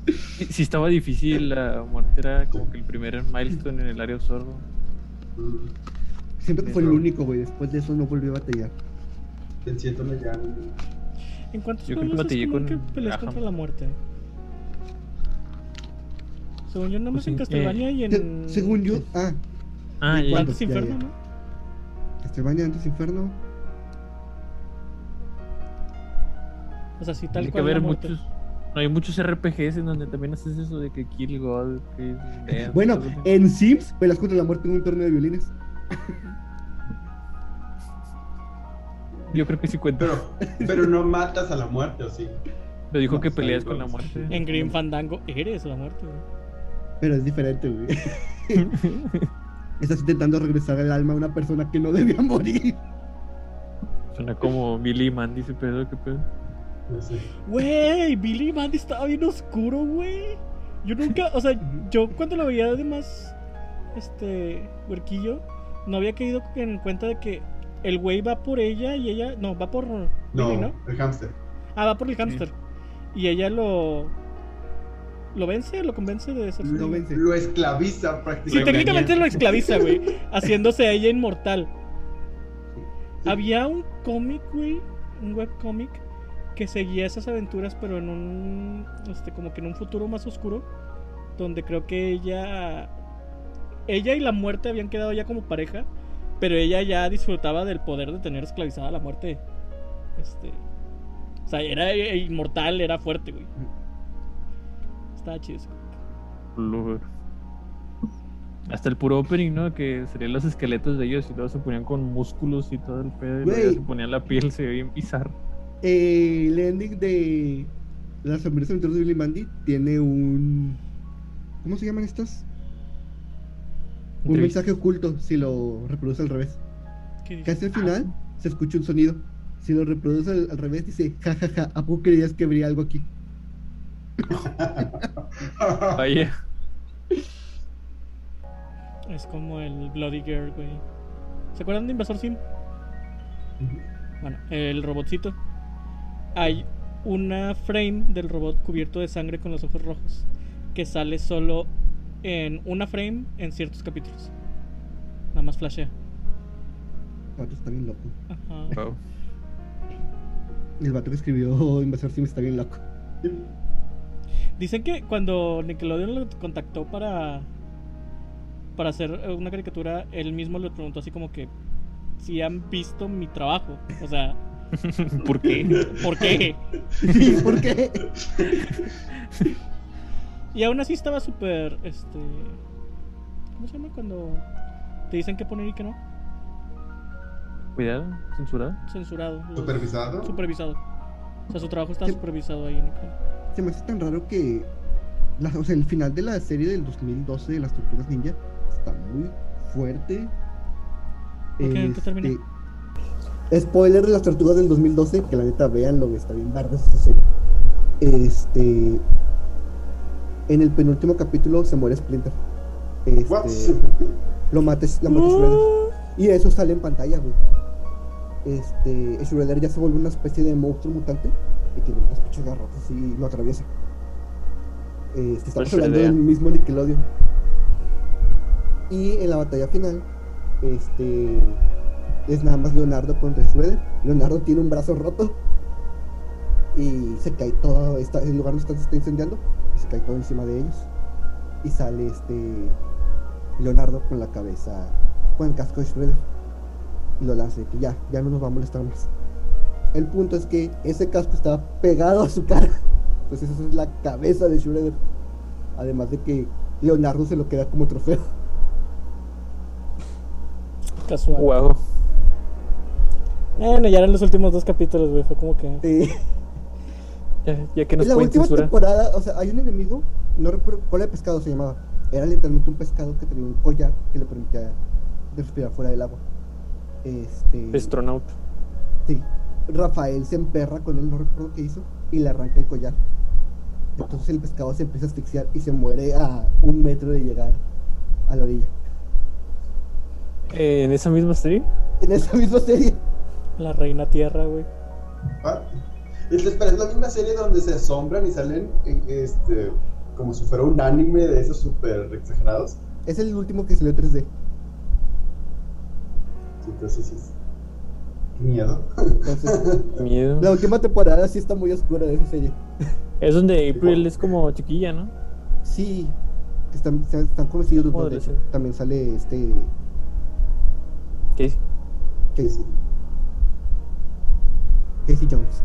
C: Sí, sí estaba difícil la muerte, era como que el primer milestone en el área sordo.
E: Mm.
B: Siempre fue el
E: Pero-
B: único, güey. Después de eso no volví a batallar.
E: Te siento me
D: ¿En cuántos
C: Yo creo que
D: juegos
C: batallé
D: es común
C: con
D: que peleas
C: Graham.
D: contra la muerte? Según yo, nada más
C: Pues
D: en
C: en-
D: Castlevania y en...
B: Se- Según eh, yo, ah,
C: Ah,
B: ¿Y
C: ya.
B: cuánto?
D: Antes
B: Ya, ya.
D: Inferno, ¿no?
B: Castlevania antes Inferno.
D: O sea, sí, tal
C: Tiene que
D: cual la
C: haber
D: muerte.
C: muchos. No, hay muchos RPGs en donde también haces eso de que Kill God, Kill Death,
B: Bueno,
C: todo eso.
B: en Sims, pelas contra la muerte en un torneo de violines.
C: yo creo que sí cuenta.
E: Pero, pero no matas a la muerte, ¿o sí?
C: Pero dijo
E: no,
C: que
E: está
C: peleas
E: bien,
C: con la
E: vamos.
C: muerte.
D: En Green Fandango eres la muerte, güey.
B: Pero es diferente, güey. Estás intentando regresar el alma a una persona que no debía morir.
C: Suena como Billy Man, dice pedo, qué pedo.
E: No sé.
D: Güey, Billy Mandy estaba bien oscuro, güey. Yo nunca, o sea, yo cuando lo veía de más, este, huerquillo, no había caído en cuenta de que el güey va por ella y ella, no, va por
E: No,
D: Billy, ¿no?
E: el hámster.
D: Ah, va por el hámster. Y ella lo, lo vence, lo convence de ser su
B: Lo
D: novia.
B: vence.
E: Lo esclaviza
D: Sí,
C: Lo
E: prácticamente.
C: engaña.
D: técnicamente lo esclaviza, güey. Haciéndose a ella inmortal. Había un cómic, güey. Un webcómic. Que seguía esas aventuras, pero en un. Este, como que en un futuro más oscuro. Donde creo que ella. Ella y la muerte habían quedado ya como pareja. Pero ella ya disfrutaba del poder de tener esclavizada a la muerte. Este. O sea, era eh, inmortal, era fuerte, güey. Estaba chido ese juego.
C: Lord. Hasta el puro opening, ¿no? Que serían los esqueletos de ellos y todos se ponían con músculos y todo el pedo. Y luego ya
B: Güey.
C: se ponían la piel, se ve bien bizarro.
B: Eh, el ending de Las sombrías aventuras de Billy Mandy tiene un. ¿Cómo se llaman estas? Un
C: Entrevista.
B: mensaje oculto si lo reproduce al revés.
D: ¿Qué dices?
B: Casi al final se escucha un sonido. Si lo reproduce al, al revés, dice: jajaja, ¿a poco creías que habría algo aquí?
D: Ah,
C: Vaya.
D: Es como el Bloody Girl, güey. ¿Se acuerdan de Invasor Sim? Bueno, el robotcito. Hay una frame del robot cubierto de sangre con los ojos rojos que sale solo en una frame en ciertos capítulos. Nada más flashea.
B: El vato está bien loco.
D: Ajá.
C: Wow.
B: El vato que escribió Invasor Sim está bien loco.
D: Dicen que cuando Nickelodeon lo contactó para para hacer una caricatura, él mismo le preguntó así como que si han visto mi trabajo, o sea,
C: ¿Por qué?
D: ¿por qué?
B: ¿Y por qué?
D: Y aún así estaba súper, este... ¿Cómo se llama cuando te dicen qué poner y qué no?
C: Cuidado, censurado.
D: Censurado. los-
E: ¿Supervisado?
D: Supervisado. O sea, su trabajo está
B: Sí.
D: supervisado ahí en Nickelodeon.
B: Se me hace tan raro que. la- o sea, el final de la serie del 2012 de las Tortugas Ninja está muy fuerte.
D: ¿Por qué? ¿En qué termina?
B: Este, Spoiler de las Tortugas del 2012, que la neta véanlo, está bien barba esta serie. Este. En el penúltimo capítulo se muere Splinter.
E: What?
B: Este, lo mates, la mata Shredder.
D: Uh,
B: Y eso sale en pantalla, güey. Este, Shredder ya se vuelve una especie de monstruo mutante y tiene unas pinches garrotas y lo atraviesa. Este, estamos
A: Pues
B: hablando
A: Shredder.
B: del mismo Nickelodeon. Y en la batalla final, este, es nada más Leonardo contra Shredder. Leonardo tiene un brazo roto y se cae todo, está, el lugar donde está, se está incendiando, y se cae todo encima de ellos. Y sale este Leonardo con la cabeza, con el casco de Shredder. Y lo lanza de que ya, ya no nos va a molestar más. El punto es que ese casco estaba pegado a su cara. Entonces esa es la cabeza de Shredder. Además de que Leonardo se lo queda como trofeo.
D: Casual.
C: Wow.
D: Bueno, ya eran los últimos dos capítulos, güey. Fue como que...
B: Eh,
C: Ya, ya que nos
B: en la
C: pueden
B: última
C: censurar.
B: temporada, o sea, hay un enemigo, no recuerdo, cola de pescado se llamaba. Era literalmente un pescado que tenía un collar que le permitía respirar fuera del agua. Este.
C: Astronauta.
B: Sí. Rafael se emperra con él, no recuerdo qué hizo, y le arranca el collar. Entonces el pescado se empieza a asfixiar y se muere a un metro de llegar a la orilla.
C: Eh, en esa misma serie.
B: En esa misma serie.
D: La reina tierra, güey.
E: Ah, Es, espera, es la misma serie donde se asombran y salen eh, este, como si fuera un anime de esos super exagerados.
B: Es el último que salió 3D.
E: Entonces, sí. es- Miedo.
B: Entonces,
C: Miedo.
B: la última temporada sí está muy oscura de esa serie.
C: Es donde April es como chiquilla, ¿no?
B: Sí, que están, están- están convencidos los dos. de hecho.
C: Adolescente.
B: También sale este.
C: Que
B: Casey. Casey Jones.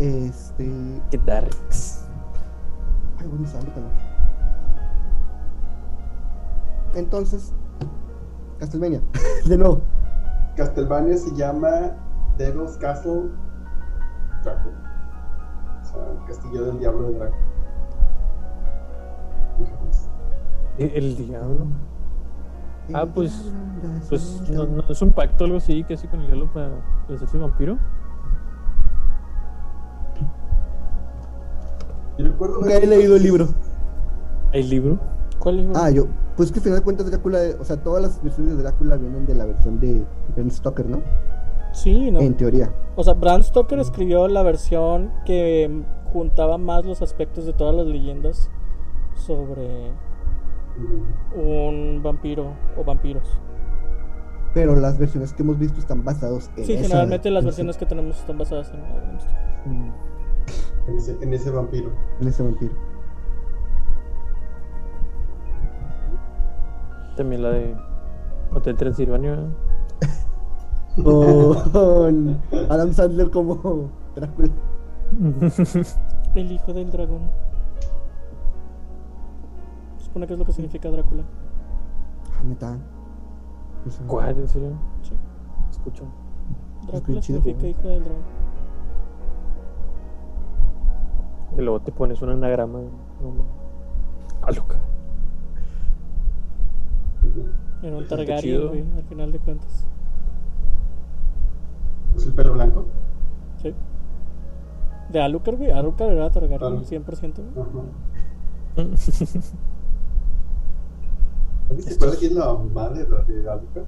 B: Este.
C: que darks.
B: Ay, bueno, sale también. Entonces, Castlevania, de nuevo.
E: Castlevania se llama Devil's Castle Draco. O sea, el castillo del diablo de Draco. En japonés.
C: El, el diablo. Ah, pues- Pues no, no es un pacto algo así que hace con el diablo para, para hacerse vampiro.
E: Yo recuerdo
B: Nunca he leído el libro.
C: El libro.
D: ¿Cuál es,
B: Ah, yo. Pues que al final de cuentas Drácula, o sea, todas las versiones de Drácula vienen de la versión de Ben Stoker, ¿no?
D: Sí, no.
B: En teoría.
D: O sea, Bram Stoker escribió la versión que juntaba más los aspectos de todas las leyendas sobre un vampiro o vampiros.
B: Pero las versiones que hemos visto están basadas en
D: Sí,
B: esa-
D: generalmente las versiones que tenemos están basadas en Bram Stoker.
E: en ese, en ese vampiro.
B: En ese vampiro.
C: También la de Hotel Transilvania. ¿verdad?
B: Con Adam Sandler como Drácula.
D: El hijo del dragón. Supone que es lo que significa Drácula.
B: Ah, neta. Pues, ah,
C: ¿Cuál? ¿En serio?
D: Sí.
C: Escucho.
D: Drácula
B: bien chido,
D: significa
C: güey.
D: hijo del dragón.
C: Y luego te pones un anagrama. No, mames. Ah, loca.
D: Era un
E: Está
D: Targaryen,
C: chido.
D: güey, al final de cuentas.
E: ¿Es Pues el pelo blanco?
D: Sí. De Alucard, güey. Alucard era Targaryen,
E: Claro.
D: 100%. güey.
E: Ajá. ¿Alguien se acuerda quién es la mamá de, de Alucard?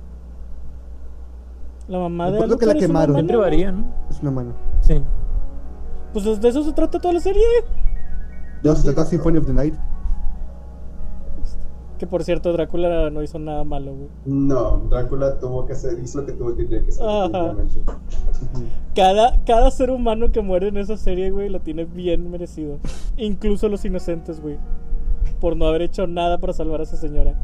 D: La mamá de
B: Recuerdo
D: Alucard
B: que la
D: es una
B: quemaron.
D: humana,
C: Siempre
D: güey.
C: varía, ¿no?
B: Es una mano.
C: Sí.
D: Pues de eso se trata toda la serie.
B: No, se trata de Symphony of the Night.
D: Que por cierto, Drácula no hizo nada malo, güey.
E: No, Drácula tuvo que hacer, hizo lo que tuvo que tenía que hacer.
D: Ajá.
E: definitivamente.
D: Cada, cada ser humano que muere en esa serie, güey, lo tiene bien merecido. Incluso los inocentes, güey. Por no haber hecho nada para salvar a esa señora.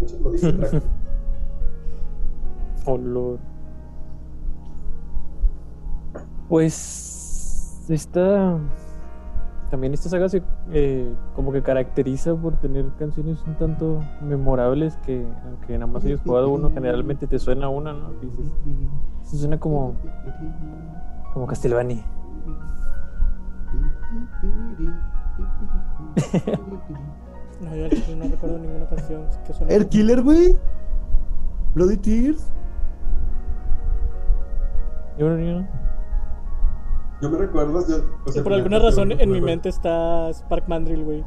E: De hecho, lo dice Drácula.
C: Olor. Pues esta también esta saga se eh, como que caracteriza por tener canciones un tanto memorables que aunque nada más hayas jugado uno generalmente te suena una, ¿no? Y dices, "Esto suena como como Castlevania.
D: No, yo al chile no recuerdo ninguna canción que suene.
B: El Killer, güey. Bloody Tears.
C: Yo no, yo no.
E: Yo me recuerdo. Yo, o
D: Sí,
E: sea,
D: por alguna
E: pero
D: razón
E: no
D: en mi
E: recuerdo.
D: mente está Spark Mandrill, güey.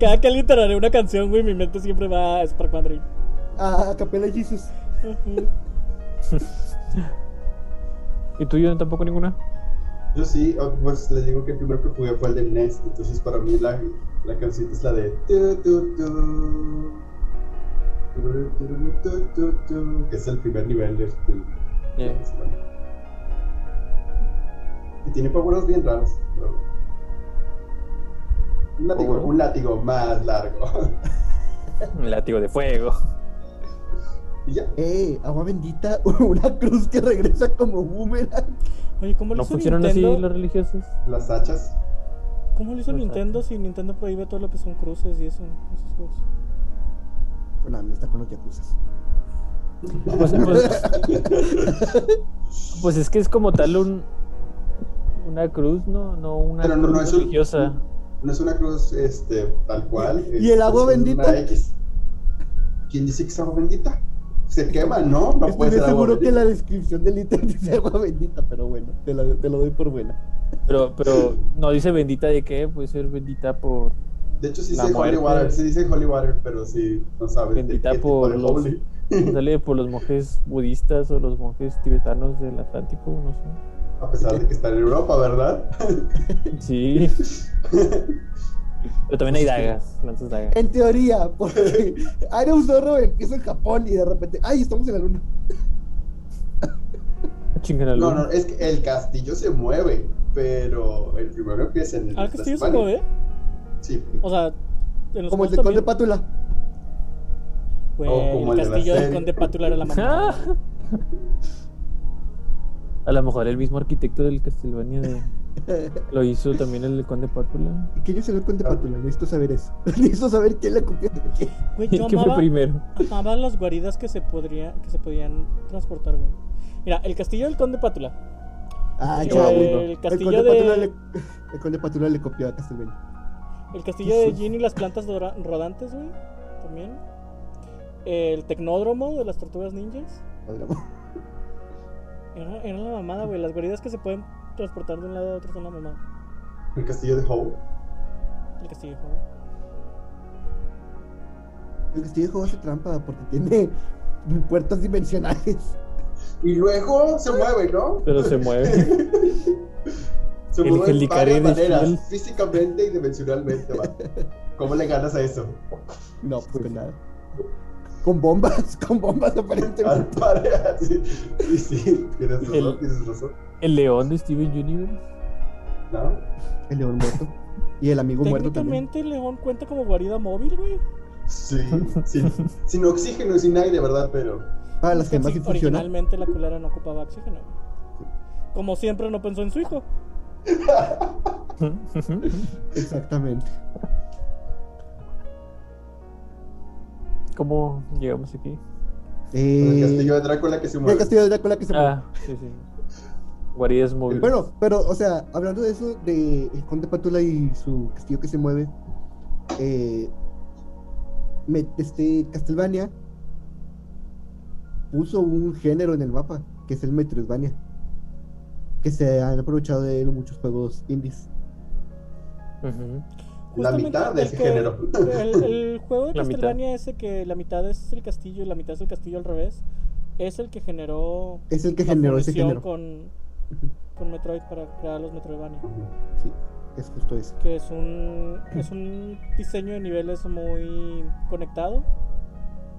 D: Cada que alguien tararea una canción, güey, mi mente siempre va a Spark Mandrill.
B: Ah, Capella Jesus.
D: Ujú.
C: ¿Y tú yo tampoco ninguna?
E: Yo sí, ah, pues les digo que el primero que jugué fue el de NES. Entonces, para mí, la, la canción es la de. tu, tu, tu. Tururu, tururu, tu, tu, tu, Que es el primer nivel del. del-
C: Yeah.
E: del festival. Y tiene power bien raros. pero- Un látigo,
C: ¿Power-up?
E: un látigo más largo.
C: Un látigo de fuego.
E: y ya.
B: Eh, agua bendita. Una cruz que regresa como boomerang.
D: Oye, ¿cómo lo
C: ¿No
D: hizo
C: funcionan así
D: Nintendo?
C: los religiosos?
E: Las hachas.
D: ¿Cómo lo hizo
C: Los
D: Nintendo si Nintendo prohíbe todo lo que son cruces y eso? Esos juegos.
B: Una amistad con los yacuzas.
C: Pues, pues- pues es que es como tal un una cruz, no, no una
E: Pero no,
C: cruz
E: no es un-
C: religiosa.
E: No es una cruz este, tal cual.
B: ¿Y
E: es-
B: el agua
E: es
B: bendita?
E: una X. ¿Quién dice que es agua bendita? Se quema, ¿no? No puede
B: Estoy
E: ser agua
B: seguro que
E: bendita.
B: la descripción del ítem dice agua bendita, pero bueno, te, la- te lo doy por buena.
C: Pero, pero no dice bendita de qué, puede ser bendita por
E: De hecho, sí
C: la
E: dice
C: muerte.
E: holy water. Sí dice holy water, pero sí, no sabes. de
C: Bendita
E: qué tipo
C: por
E: de
C: los-
E: holy.
C: sale por los monjes budistas o los monjes tibetanos del Atlántico, no sé.
E: A pesar de que está en Europa, ¿verdad?
C: Sí. Pero también hay dagas, lanzas dagas.
B: En teoría, porque Iron Zorro empieza en Japón y de repente, ¡ay, estamos en la luna!
C: Chingan al
E: No,
C: uno.
E: no, es que el castillo se mueve, pero el primero empieza en el.
D: Ah, Castillo se
E: Tasmania.
D: mueve.
E: Sí.
D: O sea, en los
B: Como el
D: juegos
B: de Conde
D: también.
B: Pátula.
D: Güey,
E: O Oh, como
D: el
E: el de la
D: castillo del
E: serie.
D: Conde Pátula era la mamá.
C: A lo mejor el mismo arquitecto del Castlevania de- lo hizo también el Conde Pátula.
B: ¿Y quién es el Conde
E: Ah.
B: Pátula? Necesito saber eso. Necesito saber quién le copió. a quién.
D: Güey, yo
C: ¿Qué fue
D: amaba,
C: primero?
D: amaba las guaridas que se, podría, que se podían transportar, güey. Mira, el castillo del Conde Pátula.
B: Ah,
D: El-
B: ya, güey.
D: el castillo
B: Conde
D: de-
B: Pátula le- el Conde Pátula le copió a Castlevania.
D: El castillo de Jin y las plantas dora- rodantes, güey. También. El tecnódromo de las tortugas ninjas.
B: Hablamos.
D: Era, era la mamada, güey. Las guaridas que se pueden transportar de un lado a otro son la mamada.
E: El castillo de Howe.
D: El castillo, güey.
B: El castillo de juego hace trampa porque tiene puertas dimensionales.
E: Y luego se mueve, ¿no?
C: Pero se mueve.
E: Se
C: El
E: mueve de
C: Helicaré
E: varias
C: de
E: maneras,
C: Shield.
E: físicamente y dimensionalmente. va. ¿Cómo le ganas a eso?
B: No, pues con nada. Con bombas, con bombas aparentemente.
E: Al pareja, sí. Sí, sí, tienes razón,
C: El-
E: tienes razón.
C: El león de Steven Universe.
E: ¿No?
B: El león muerto. Y el amigo muerto también.
D: Técnicamente, el león cuenta como guarida móvil, güey.
E: Sí, sin, sin oxígeno y sin aire, ¿verdad? Pero
B: Para Ah, las
D: Sí,
B: gemas sí funciona.
D: Originalmente la culera no ocupaba oxígeno. güey. Como siempre no pensó en su hijo.
B: Exactamente.
F: ¿Cómo llegamos aquí?
E: El castillo
B: Eh,
E: de Drácula que se
B: el
E: mueve.
B: castillo de Drácula que se mueve.
F: Ah, sí, sí. Guaridas móviles.
B: Bueno, pero, o sea, hablando de eso, de el conde Pátula y su castillo que se mueve, eh, me- este, Castlevania puso un género en el mapa, que es el Metroidvania, que se han aprovechado de él muchos juegos indies.
F: Ujú.
E: La
D: Justamente
E: mitad de
D: el
E: ese
D: que-
E: género.
D: El, el juego de
F: La mitad.
D: Castlevania ese que la mitad es el castillo y la mitad es el castillo al revés, es el que generó
B: Es el que
D: la
B: generó ese
D: fundición
B: género.
D: con, con Metroid para crear los Metroidvania.
B: Sí, es justo eso.
D: que es un, es un diseño de niveles muy conectado,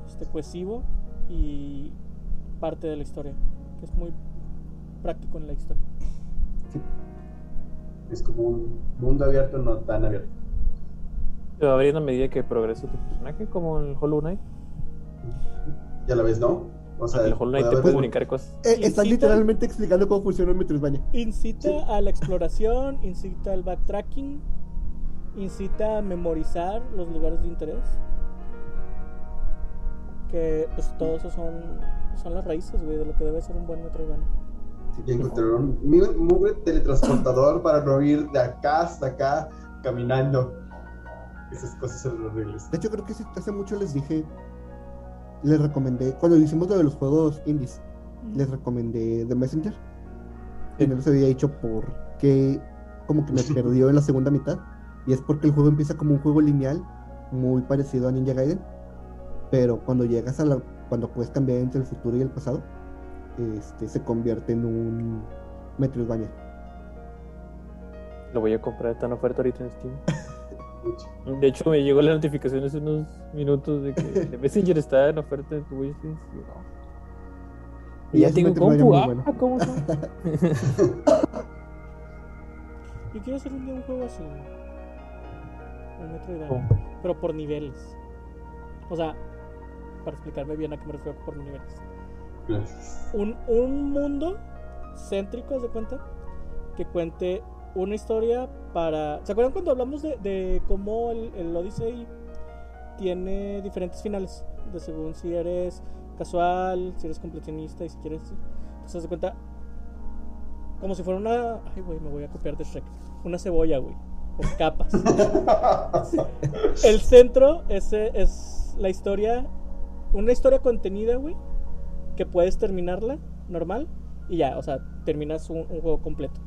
D: este, cohesivo y parte de la historia, que es muy práctico en la historia.
E: Es como un mundo abierto, no tan abierto.
F: Te va abriendo a medida que progresa tu personaje, como en el Hollow Knight.
E: Y a la vez no. O sea, pues,
F: en el Hollow Knight
E: puede
F: te
E: haber-
F: puedes comunicar cosas.
B: Eh, están
D: Incita-
B: literalmente explicando cómo funciona el Metroidvania.
D: Incita a la exploración, incita al backtracking, incita a memorizar los lugares de interés, que pues todo eso son, son las raíces, güey, de lo que debe ser un buen Metroidvania.
E: Y encontraron un mugre- mugre teletransportador para no ir de acá hasta acá caminando. Esas cosas son horribles.
B: De hecho, creo que sí, hace mucho les dije, les recomendé, cuando hicimos lo de los juegos indies, les recomendé The Messenger. Y no les había dicho porque como que me perdió en la segunda mitad. Y es porque el juego empieza como un juego lineal, muy parecido a Ninja Gaiden. Pero cuando llegas a la. cuando puedes cambiar entre el futuro y el pasado, este se convierte en un Metroidvania.
F: Lo voy a comprar, está en oferta ahorita en Steam.
E: Mucho.
F: De hecho, me llegó la notificación hace unos minutos de que The Messenger está en oferta en tu wishlist. Y, no. Y ya
B: es un
F: tengo
B: Metroidvania
F: compu.
B: muy
F: Ah,
B: bueno.
F: ¿cómo son?
D: Yo quiero hacer un día un juego así. güey. Un Metroidvania.
F: ¿Cómo?
D: Pero por niveles. O sea, para explicarme bien a qué me refiero por niveles.
E: Gracias.
D: Un, un mundo céntrico, haz de cuenta, que cuente una historia para... ¿Se acuerdan cuando hablamos de, de cómo el, el Odyssey tiene diferentes finales? De según si eres casual, si eres completionista y si quieres... Entonces, haz de cuenta... Como si fuera una... Ay, güey, me voy a copiar de Shrek. Una cebolla, güey. Por capas. El centro ese es la historia, una historia contenida, güey, que puedes terminarla normal y ya, o sea, terminas un, un juego completo.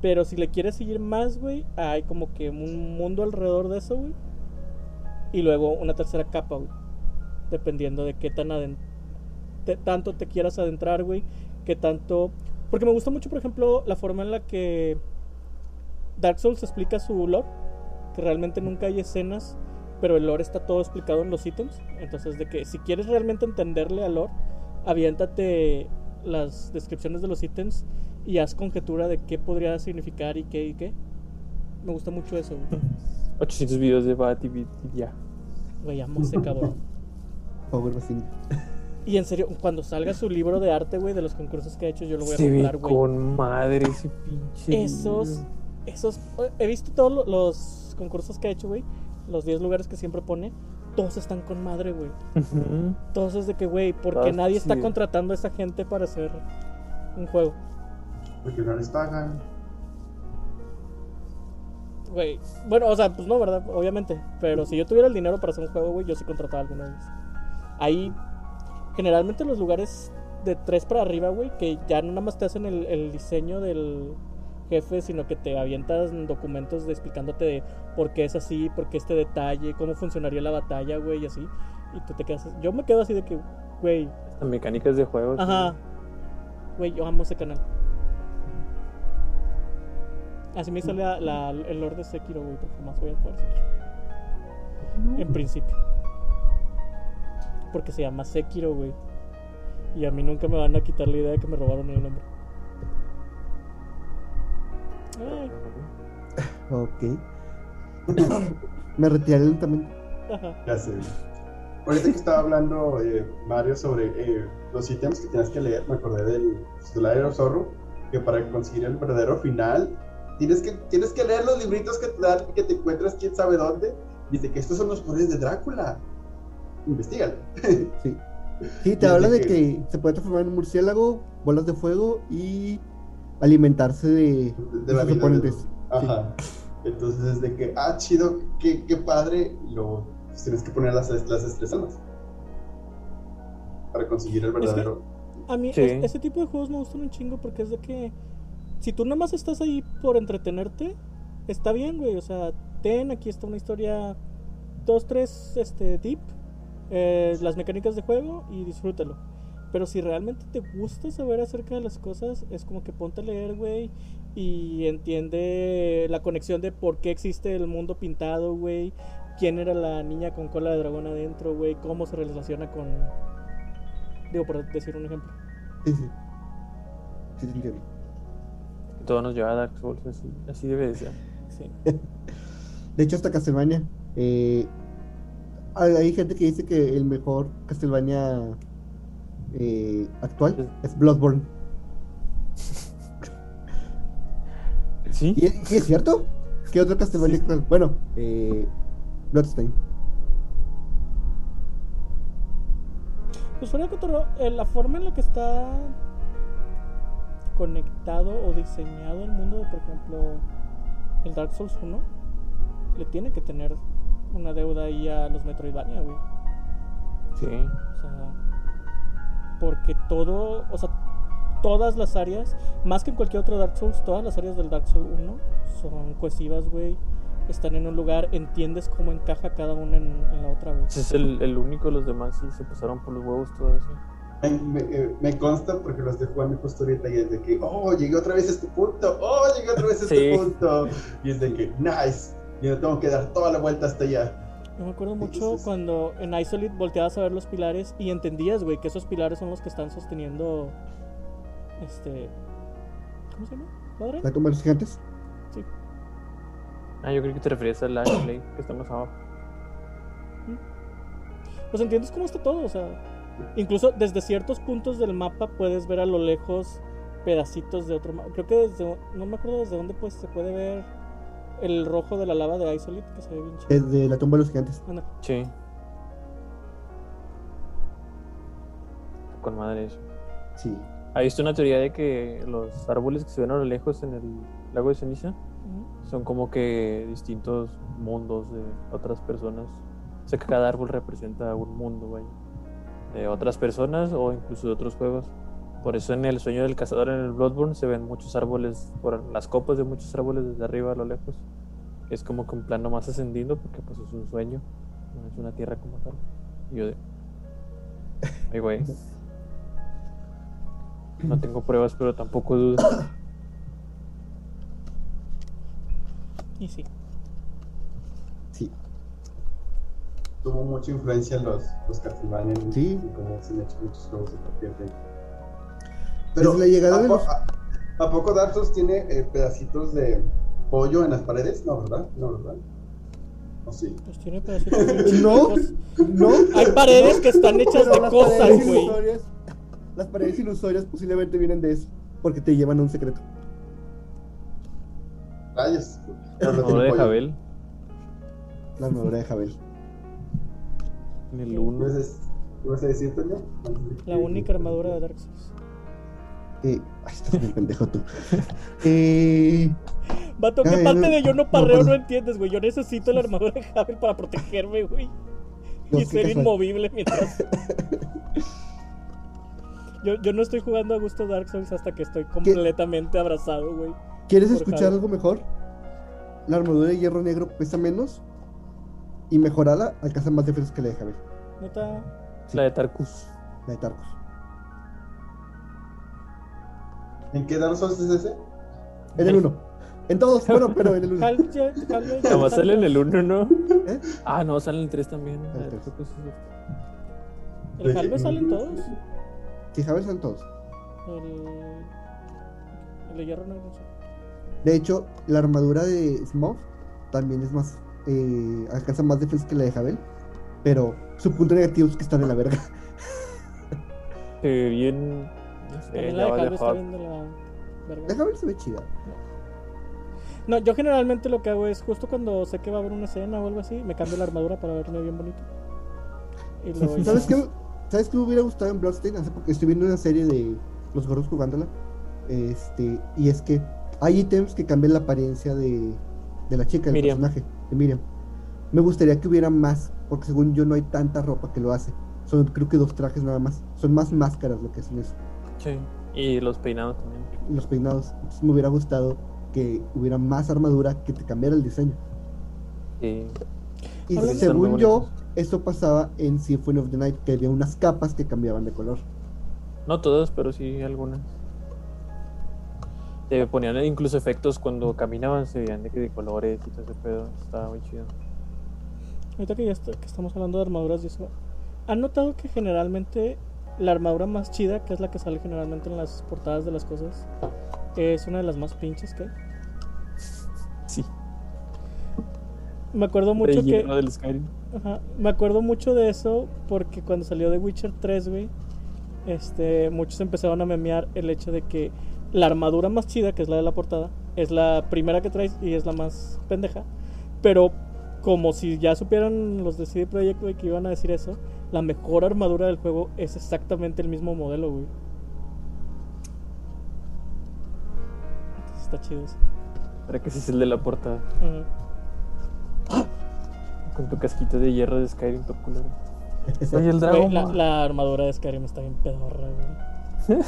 D: Pero si le quieres seguir más, güey, hay como que un mundo alrededor de eso, güey. Y luego una tercera capa, güey. Dependiendo de qué tan aden- te- tanto te quieras adentrar, güey. Qué tanto... Porque me gusta mucho, por ejemplo, la forma en la que Dark Souls explica su lore. Que realmente nunca hay escenas pero el lore está todo explicado en los ítems. Entonces, de que si quieres realmente entenderle al lore, aviéntate las descripciones de los ítems y haz conjetura de qué podría significar y qué y qué. Me gusta mucho eso, güey.
F: 800 videos de Bat y Bit- y ya.
D: Güey, amo ese cabrón.
B: Power Basin.
D: Y en serio, cuando salga su libro de arte, güey, de los concursos que ha hecho, yo lo voy a
F: Se ve
D: comprar, güey.
F: con madre ese pinche.
D: Esos,
F: libro.
D: esos, eh, he visto todos lo- los concursos que ha hecho, güey. Los 10 lugares que siempre pone, todos están con madre, güey.
F: Ujú.
D: Entonces de que, güey, porque
F: Ah,
D: nadie está
F: sí.
D: contratando a esa gente para hacer un juego?
E: Porque no les pagan.
D: Güey, bueno, o sea, pues no, ¿verdad? Obviamente. Pero si yo tuviera el dinero para hacer un juego, güey, yo sí contrataba alguno de ellos. Ahí, generalmente los lugares de tres para arriba, güey, que ya no nada más te hacen el, el diseño del jefe, sino que te avientas documentos de- explicándote de por qué es así, por qué este detalle, cómo funcionaría la batalla, güey, y así. Y tú te quedas... Yo me quedo así de que, güey,
F: Hasta mecánicas de juegos.
D: Ajá. Güey, yo amo ese canal. Así me sale la- la- el Lord de Sekiro, güey, porque jamás voy a jugar Sekiro. En principio. Porque se llama Sekiro, güey. Y a mí nunca me van a quitar la idea de que me robaron el nombre. Ay,
B: Ok. me retiré lentamente.
D: ajá.
E: Ya sé. Ahorita que estaba hablando eh, Mario sobre eh, los ítems que tienes que leer, me acordé del Slayer of Zorro. que para conseguir el verdadero final tienes que, tienes que leer los libritos que te dan, que te encuentras quién sabe dónde. Dice que estos son los poderes de Drácula. Investígalo.
B: Sí. Sí, te
E: Desde
B: habla de
E: que-
B: que se puede transformar en un murciélago, bolas de fuego y alimentarse de,
E: De, de
B: de
E: la
B: sus
E: vida de-
B: oponentes.
E: Ajá. Entonces, de que, ah, chido, qué, qué padre, y luego pues, tienes que poner las, las tres almas para conseguir el verdadero.
D: A mí
C: Sí.
D: es- ese tipo de juegos me gustan un chingo porque es de que si tú nada más estás ahí por entretenerte, está bien, güey. O sea, ten, aquí está una historia, dos, tres, este, tip, eh, las mecánicas de juego y disfrútalo. Pero si realmente te gusta saber acerca de las cosas, es como que ponte a leer, güey, y entiende la conexión de por qué existe el mundo pintado, güey. Quién era la niña con cola de dragón adentro, güey. Cómo se relaciona con... Digo, por decir un ejemplo.
B: Sí, sí. Sí, te entiendo.
C: Todo nos lleva a Dark Souls, así, así debe de ser.
D: Sí.
B: De hecho, hasta Castlevania. eh, hay, hay gente que dice que el mejor Castlevania eh, actual es Bloodborne.
C: ¿Sí?
B: ¿Y es, y es cierto? ¿Qué otro Castlevania actual? Bueno, eh, Bloodstained.
D: Pues fuera de cotorreo, eh, la forma en la que está conectado o diseñado el mundo de, por ejemplo, el Dark Souls 1, le tiene que tener una deuda ahí a los Metroidvania, güey.
C: Sí.
D: O sea, porque todo, o sea, todas las áreas, más que en cualquier otro Dark Souls, todas las áreas del Dark Souls 1 son cohesivas, güey. Están en un lugar, entiendes cómo encaja cada una en, en la otra, güey.
C: Ese es el, el único, los demás sí se pasaron por los huevos todo eso.
E: Me, me- eh, me consta porque lo estoy jugando justo ahorita y es de que, oh, llegué otra vez a este punto, oh, llegué otra vez a este
C: Sí.
E: punto. Y es de que, nice, yo tengo que dar toda la vuelta hasta allá.
D: Yo me acuerdo
E: Sí,
D: mucho
E: sí, sí.
D: cuando en Isolate volteabas a ver los pilares y entendías, güey, que esos pilares son los que están sosteniendo. Este. ¿Cómo se llama? ¿Padre?
B: ¿La tumba de los gigantes?
C: Ah, yo creo que te referías al Ashley, que está más abajo.
D: Pues entiendes cómo está todo, o sea. Incluso desde ciertos puntos del mapa puedes ver a lo lejos pedacitos de otro mapa. Creo que desde. No me acuerdo desde dónde pues se puede ver el rojo de la lava de Isolate, que se ve bien chido.
B: Desde la tumba de los gigantes.
D: Anda.
C: Sí. Con madre eso.
B: Sí.
C: ¿Ha visto una teoría de que los árboles que se ven a lo lejos en el lago de ceniza
B: Eh.
D: Ujú.
C: son como que distintos mundos de otras personas? O sea, que cada árbol representa un mundo, vaya, de otras personas o incluso de otros juegos. Por eso en el sueño del cazador en el Bloodborne se ven muchos árboles, por las copas de muchos árboles desde arriba a lo lejos. Es como que un plano más ascendiendo porque pues es un sueño, no es una tierra como tal. Y yo de... Ay, güey. No tengo pruebas, pero tampoco dudas.
D: Y sí.
B: Sí.
E: Tuvo mucha influencia los, los Castlevania en-
B: Sí.
E: en cómo se han hecho muchos juegos de partir de-
B: Desde la llegada
E: ¿a,
B: de
E: po-
B: los-
E: a- a poco Dark Souls tiene eh, pedacitos de pollo en las paredes? No, ¿verdad? No, ¿verdad? ¿O sí?
D: Pues tiene pedacitos bien
B: No.
D: chiquitos.
B: No.
D: Hay paredes que están hechas
B: Pero
D: de
B: las
D: cosas,
B: paredes
D: güey.
B: ilusorias- Las paredes ilusorias posiblemente vienen de eso, porque te llevan a un secreto.
E: Rayos.
C: La
E: no
C: armadura
E: tiene
C: de
E: pollo.
C: Jabel
B: La armadura de Jabel.
C: en el 1.
E: Entonces, ¿qué vas a decir, Toño?
D: La única armadura de Dark Souls.
B: Eh, ay, estás bien pendejo tú. Eh,
D: Vato, ¿qué
B: Ay,
D: parte
B: no,
D: de yo no
B: no,
D: parreo no
B: perdón.
D: entiendes, güey? Yo necesito la armadura de Javel para protegerme, güey.
B: no,
D: y
B: qué
D: ser
B: casual.
D: inmovible mientras. yo, yo no estoy jugando a gusto Dark Souls hasta que estoy completamente abrazado, güey.
B: ¿Quieres
D: por
B: escuchar
D: Jabel.
B: algo mejor? La armadura de hierro negro pesa menos y mejorada alcanza más defensas que la de Jabel,
D: Neta.
C: La de Tarkus.
B: la de Tarkus.
E: ¿En qué Dark Souls es ese?
B: En el 1. En todos, bueno, pero en el 1.
D: Jal, ya- Jal, ya-
C: Nada más sale en el 1, ¿no?
B: ¿Eh?
C: Ah, no, sale en el 3 también. La
B: En el
C: de
B: tres.
C: Tarkus es esta.
D: El Jal salen todos.
B: Sí, Jabel son todos.
D: El. El de hierro no no sé.
B: De hecho, la armadura de Smog también es más. eh, alcanza más defensa que la de Jabel. Pero su punto negativo es que están en la verga.
C: Que bien. No sé,
D: También
C: ya
D: la de
C: vale
D: Jal está
C: hot.
D: viendo la. verga.
B: Déjame ver si ve chida.
D: No, yo generalmente lo que hago es justo cuando sé que va a haber una escena o algo así, me cambio la armadura para verme bien bonito. Y lo voy-
B: ¿Sabes qué? ¿Sabes qué me hubiera gustado en Bloodstained? Hace poco estoy viendo una serie de los gorros jugándola. Este, y es que hay ítems que cambian la apariencia de, de la chica, del
F: Miriam.
B: personaje, de Miriam. Me gustaría que hubiera más, porque según yo no hay tanta ropa que lo hace. Son creo que dos trajes nada más. Son más máscaras lo que hacen eso.
F: Sí. Y los peinados también.
B: y Los peinados. Entonces, me hubiera gustado que hubiera más armadura que te cambiara el diseño.
F: Sí.
B: Y
D: Algo-
B: según
F: Muy
B: yo, eso pasaba en Symphony of the Night, que había unas capas que cambiaban de color.
F: No todas, pero sí algunas. Te ponían incluso efectos cuando caminaban, se veían de, que de colores y todo ese pedo. Estaba muy chido.
D: Ahorita que ya está- que estamos hablando de armaduras y eso, ¿han notado que generalmente la armadura más chida, que es la que sale generalmente en las portadas de las cosas, es una de las más pinches que hay?
F: Sí.
D: Me acuerdo mucho que...
F: Relleno del Skyrim.
D: Ajá, Me acuerdo mucho de eso porque cuando salió The Witcher 3, güey, este, muchos empezaron a memear el hecho de que la armadura más chida, que es la de la portada, es la primera que traes y es la más pendeja. Pero como si ya supieran los de CD Projekt güey, que iban a decir eso, la mejor armadura del juego es exactamente el mismo modelo, güey. Entonces está chido eso.
F: Para que ese es el de la portada.
D: Ajá.
F: Con tu casquito de hierro de Skyrim, top culero. Oye, el
D: Güey,
F: dragón.
D: la, la armadura de Skyrim está bien pedorra, güey.
B: ¿Ni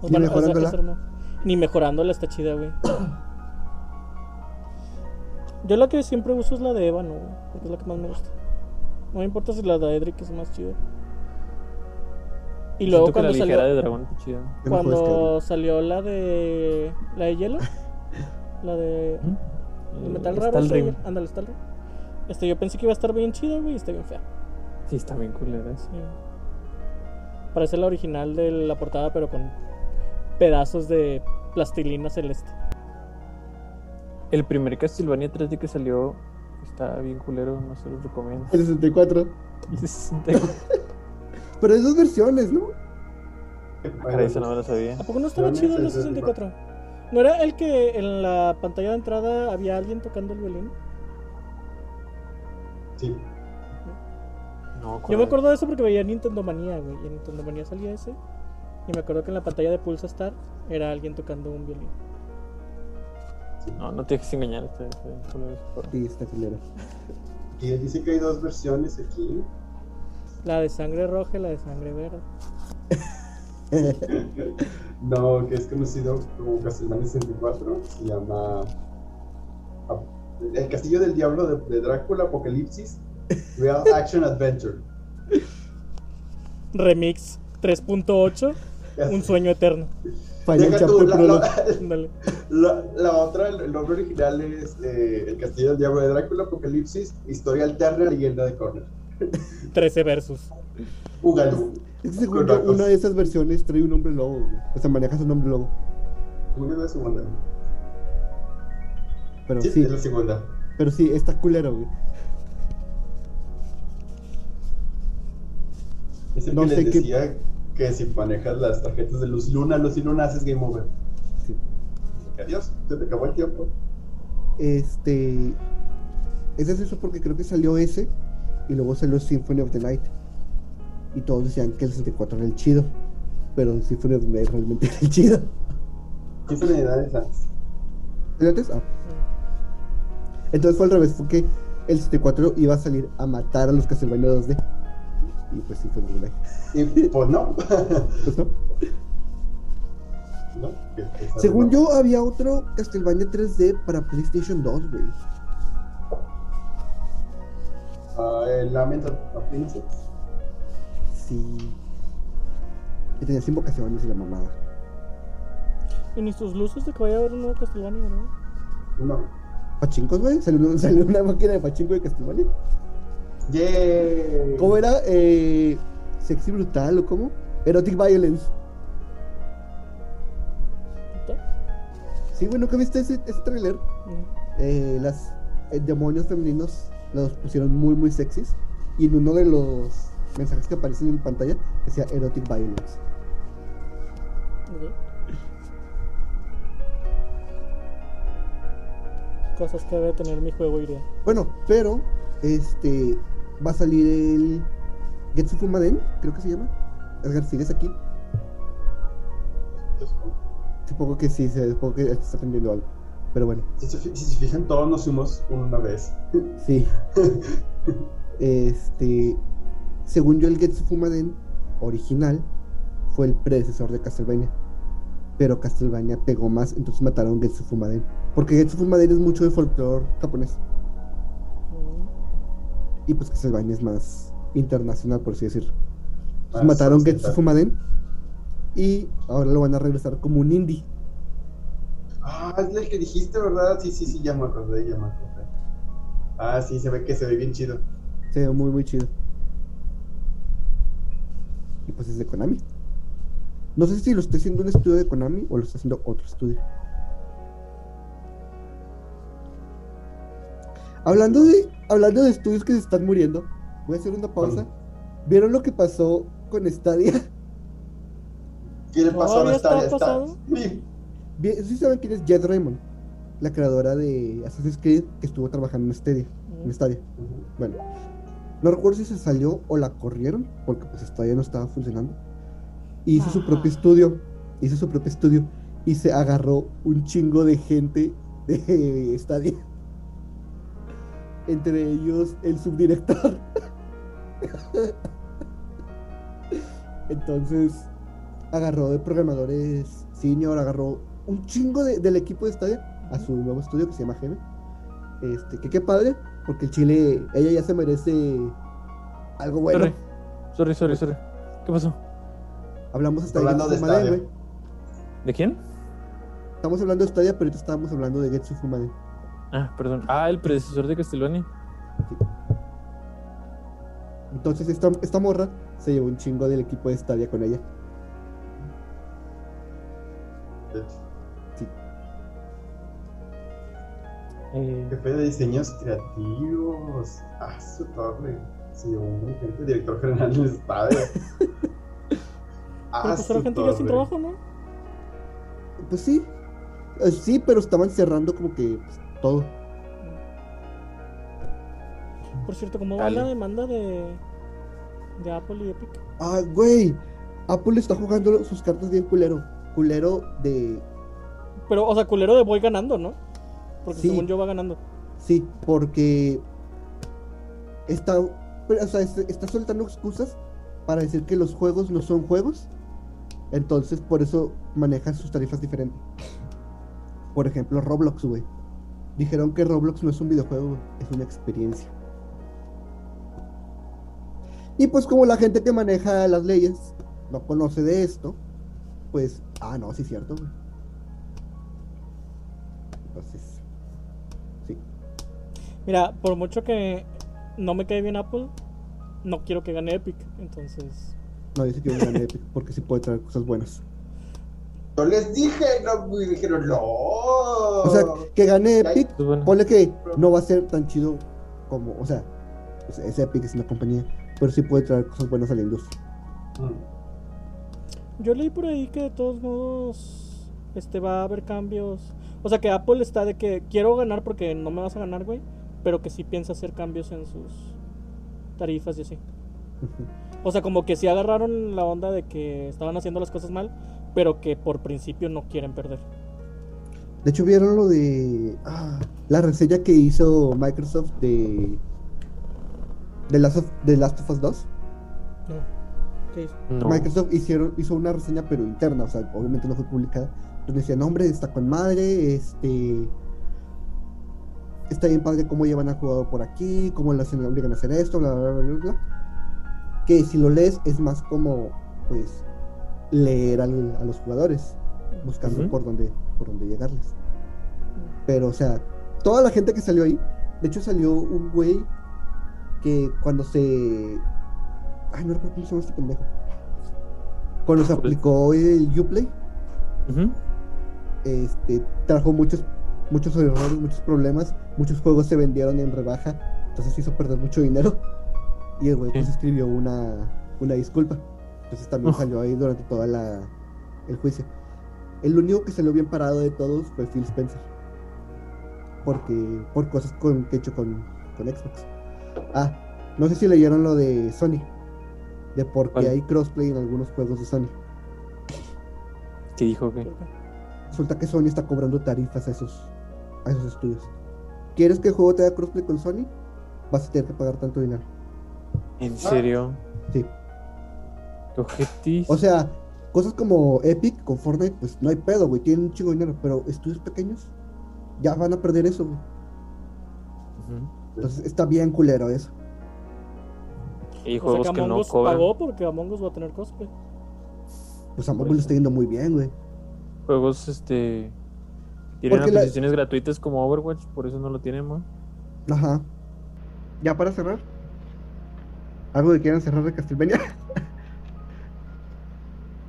D: Bueno, esa-
B: mejorándola?
D: esa no. Ni mejorándola está chida, güey. Yo la que siempre uso es la de Ébano, güey, porque es la que más me gusta. No me importa si la de Edric es más chida. Y
F: Siento
D: luego
F: que
D: cuando
F: la ligera
D: salió,
F: de dragón, está chido.
B: Yo no juego Skyrim.
D: cuando salió la de la de hielo, la de el metal raro,
F: Está el
D: está bien.
F: rim.
D: ándale, está el rim. Este, yo pensé que iba a estar bien chida, güey, y está bien fea.
F: Sí, está bien culero eso.
D: Sí. Parece la original de la portada, pero con pedazos de plastilina celeste.
F: El primer Castlevania 3D que salió está bien culero, no se los recomiendo.
B: El 64.
F: El 64.
B: Pero hay dos versiones, ¿no?
F: Cara, eso no me lo sabía.
D: ¿A poco no estaba
E: Yo no
D: chido el
E: sé,
D: 64? ¿No era el que en la pantalla de entrada había alguien tocando el violín?
E: Sí.
F: No,
D: Yo me
F: ¿cuál?
D: acuerdo de eso porque veía Nintendo Manía, güey. Y en Nintendo Manía salía ese. Y me acuerdo que en la pantalla de Pulsa Star era alguien tocando un violín.
F: No, no te dejes engañar. Está, está bien culero ese juego.
B: Sí, está culero.
E: Y dice que hay dos versiones aquí.
D: La de sangre roja y la de sangre verde.
E: No, que es conocido como Castlevania 64, se llama ah, El Castillo del Diablo de, de Drácula Apocalipsis Real Action Adventure.
D: Remix 3.8,
E: Ya
D: un
E: sé.
D: sueño eterno.
B: Final
E: Deja tú,
B: Chapter
E: la,
B: Prologue.
E: la-
D: Ándale.
E: la- la otra, el, el nombre original es eh, El Castillo del Diablo de Drácula Apocalipsis, Historia Alterna, Leyenda de Corner.
D: 13 versus.
E: Ugalú.
B: Es que según yo,
E: Correcto.
B: Este una de esas versiones trae un hombre lobo, güey. O sea, manejas un hombre lobo.
E: Una de segunda.
B: Pero
E: Sí,
B: sí,
E: es la segunda.
B: pero sí, está culero, güey.
E: Es el
B: No
E: que
B: sé
E: les
B: qué-
E: decía que si manejas las tarjetas de luz luna, luz y luna, haces game over.
B: Sí.
E: Adiós, se te acabó el tiempo.
B: Este. Es eso porque creo que salió ese y luego salió Symphony of the Night. Y todos decían que el 64 era el chido. Pero Symphony of the Night realmente era el chido.
E: ¿Qué Ah, enfermedades antes?
B: ¿El antes? Ah. Entonces fue al revés, porque el 64 iba a salir a matar a los Castlevania 2D. Y pues Symphony of the Night.
E: Y pues no.
B: Pues no.
E: No, que- que sale
B: Según
E: mal.
B: yo, había otro Castlevania 3D para PlayStation 2, güey.
E: Ah, el Lament of Princess.
B: Sí. Que tenías invocaciones y la mamada.
D: Y ni sus luces de que vaya a haber un nuevo Castlevania, ¿no?
E: No.
B: ¿Pachincos, güey? ¿Salió, un- salió una máquina de pachinko de Castlevania.
E: ¡Yay!
B: ¿Cómo era? Eh, ¿Sexy Brutal o cómo? Erotic Violence.
D: ¿Neta?
B: Sí, güey, ¿nunca viste ese, ese trailer?
D: No.
B: eh, las eh, demonios femeninos los pusieron muy muy sexys y en uno de los mensajes que aparecen en pantalla decía erotic violence
D: Ok. cosas que debe tener mi juego ideal.
B: Bueno, pero este va a salir el Getsu Fumaden, creo que se llama. Edgar, ¿sigues aquí?
E: Entonces,
B: Supongo que sí, se- supongo que está aprendiendo algo. Pero bueno,
E: Si se, fi- si se fijan, todos nos fuimos una vez.
B: sí. este, según yo, el Getsu Fumaden original fue el predecesor de Castlevania. Pero Castlevania pegó más, entonces mataron Getsu Fumaden. Porque Getsu Fumaden es mucho de folclore japonés.
D: Mm.
B: Y pues Castlevania es más internacional, por así decirlo. Entonces
E: Ah,
B: mataron
E: sí, sí,
B: Getsu
E: sí.
B: Fumaden. Y ahora lo van a regresar como un indie.
E: Ah, es el que dijiste, ¿verdad? Sí, sí, sí, ya me acordé, ya me acordé. Ah, sí, se ve que se ve bien chido.
B: Se ve muy, muy chido. Y pues es de Konami. No sé si lo está haciendo un estudio de Konami o lo está haciendo otro estudio. Hablando de, hablando de estudios que se están muriendo, voy a hacer una pausa. ¿Vieron lo que pasó con Stadia?
E: ¿Qué le pasó a
D: ¿Todavía está
E: Natalia? Está.
D: pasado?
E: Sí.
B: Bien, ¿Sí saben quién es Jed Raymond? La creadora de Assassin's Creed que estuvo trabajando en Stadia.
D: mm.
B: En Stadia.
E: Ujú.
B: Bueno, no recuerdo si se salió o la corrieron, porque pues todavía no estaba funcionando. Y hizo su propio estudio, hizo su propio estudio y se agarró un chingo de gente de Stadia. Entre ellos el subdirector. Entonces, agarró de programadores senior, agarró un chingo de- del equipo de Stadia a su nuevo estudio que se llama Gene. Este, que qué padre, porque el Chile, ella ya se merece algo bueno.
C: Sorry. Sorry, sorry, sorry. ¿Qué pasó?
B: Hablamos hasta
E: Hablando de
B: Fumaden,
E: Stadia.
B: güey.
C: ¿De quién?
B: Estamos hablando de Stadia, pero ahorita estábamos hablando de Getsu Fumaden.
C: Ah, perdón. Ah, el predecesor de Castlevania.
B: Entonces esta, esta morra se llevó un chingo del equipo de Stadia con ella.
C: Eh,
E: Jefe de diseños creativos. Ah, su torre. Sí, un gente, director general del estadio.
D: Pero
E: Ah,
D: pues era
E: su
D: gente ya sin
E: torre.
D: trabajo, ¿no?
B: Pues sí, eh, sí, pero estaban cerrando como que pues, todo.
D: Por cierto, ¿cómo va
C: Dale.
D: la demanda de, de Apple y Epic?
B: Ah, güey, Apple está jugando sus cartas bien culero. Culero de...
D: Pero, o sea, culero de voy ganando, ¿no? Porque
B: Sí.
D: según yo va ganando.
B: Sí, porque está, pero, o sea, es- está soltando excusas para decir que los juegos no son juegos. Entonces, por eso manejan sus tarifas diferentes. Por ejemplo, Roblox, güey. Dijeron que Roblox no es un videojuego, güey, es una experiencia. Y pues como la gente que maneja las leyes no conoce de esto, pues, ah, no, sí es cierto, güey. Entonces,
D: Mira, por mucho que no me cae bien Apple, no quiero que gane Epic. Entonces,
B: no dice que un gran Epic, porque sí puede traer cosas buenas.
E: Yo les dije, no, y dijeron, no.
B: O sea, que gane Epic,
C: pues bueno.
B: ponle que no va a ser tan chido como, o sea, o sea, es Epic, es una compañía, pero sí puede traer cosas buenas a la industria.
E: Mm.
D: yo leí por ahí que de todos modos este va a haber cambios. O sea, que Apple está de que quiero ganar porque no me vas a ganar, güey. Pero que sí piensa hacer cambios en sus tarifas y así. O sea, como que sí agarraron la onda de que estaban haciendo las cosas mal, pero que por principio no quieren perder.
B: De hecho, vieron lo de ah, la reseña que hizo Microsoft de de Last of, de Last of Us 2.
D: ¿Qué hizo?
C: No.
B: Microsoft hicieron, hizo una reseña pero interna, o sea, obviamente no fue publicada. Donde decían, hombre, está con madre, este está bien padre cómo llevan al jugador por aquí, cómo le hacen- le obligan a hacer esto, bla bla bla bla bla. Que si lo lees es más como pues leer al- a los jugadores, buscando
C: Ujú.
B: por dónde, por dónde llegarles. Pero, o sea, toda la gente que salió ahí, de hecho salió un güey que cuando se. Ay, no recuerdo cómo se llama este pendejo. Cuando se
C: Pues-
B: aplicó el Uplay,
C: Ujú.
B: este, trajo muchos, muchos errores, muchos problemas, muchos juegos se vendieron en rebaja, entonces hizo perder mucho dinero. Y el güey pues
C: Sí.
B: escribió una, una disculpa. Entonces también
C: Ujú.
B: salió ahí durante toda la el juicio. El único que salió bien parado de todos fue Phil Spencer. porque por cosas con, que he hecho con, con Xbox. Ah, no sé si leyeron lo de Sony, de por qué
F: ¿Cuál?
B: hay crossplay en algunos juegos de Sony.
F: ¿Qué dijo que?
B: Resulta que Sony está cobrando tarifas a esos, a esos estudios. ¿Quieres que el juego te haga crossplay con Sony? Vas a tener que pagar tanto dinero.
F: ¿En serio?
B: Ah, Sí.
F: ¿Qué ojetis?
B: O sea, cosas como Epic con Fortnite, pues no hay pedo, güey, tienen un chingo de dinero, pero estudios pequeños ya van a perder eso, güey.
F: Ujú.
B: Entonces está bien culero eso.
F: Y
G: O sea
F: juegos
G: que
F: que
G: Among
F: no
G: Us
F: cobran.
G: pagó porque Among Us va a tener cosplay.
B: Pues a Marvel lo está yendo muy bien, güey.
F: Juegos, este. Tienen
B: Porque la-
F: aplicaciones gratuitas como Overwatch, por eso no lo tienen, ¿no?
B: Ajá. Ya para cerrar. ¿Algo que quieran cerrar de Castlevania?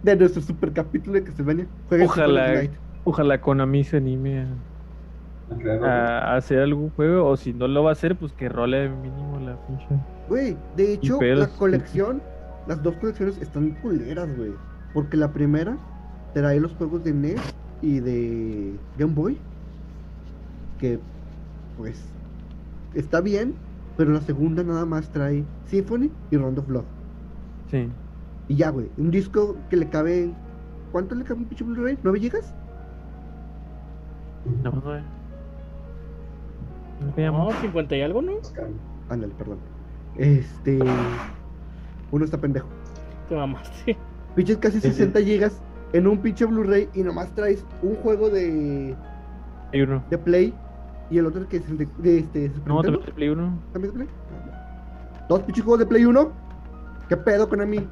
B: de nuestro super capítulo de Castlevania. Jueguen
C: Ojalá.
B: Symphony of the Night.
C: Ojalá Konami se anime a.
F: Ah,
C: a hacer algún juego o si no lo va a hacer pues que role mínimo la pinche
B: Güey, de hecho,
C: Pero-
B: la colección, las dos colecciones están culeras, güey. Porque la primera trae los juegos de NES y de Game Boy. Que, pues, está bien. Pero la segunda nada más trae Symphony y Round of Love.
C: sí
B: Y ya, güey. Un disco que le cabe. ¿Cuánto le cabe un pinche Blu-ray? ¿9 gigas?
F: No, no. eh. No
D: No,
F: veamos.
D: 50 y algo, ¿no?
B: Ándale, perdón. Este. Uno está pendejo.
D: Te mamaste.
B: Pinches casi
F: Sí, sí.
B: 60 gigas en un pinche Blu-ray y nomás traes un juego de,
F: Play uno.
B: de Play y el otro que es el de, de este, Super
F: No,
B: Nintendo,
F: también de Play uno.
B: ¿También de Play? Dos pinches juegos de Play 1. ¿Qué pedo con mí?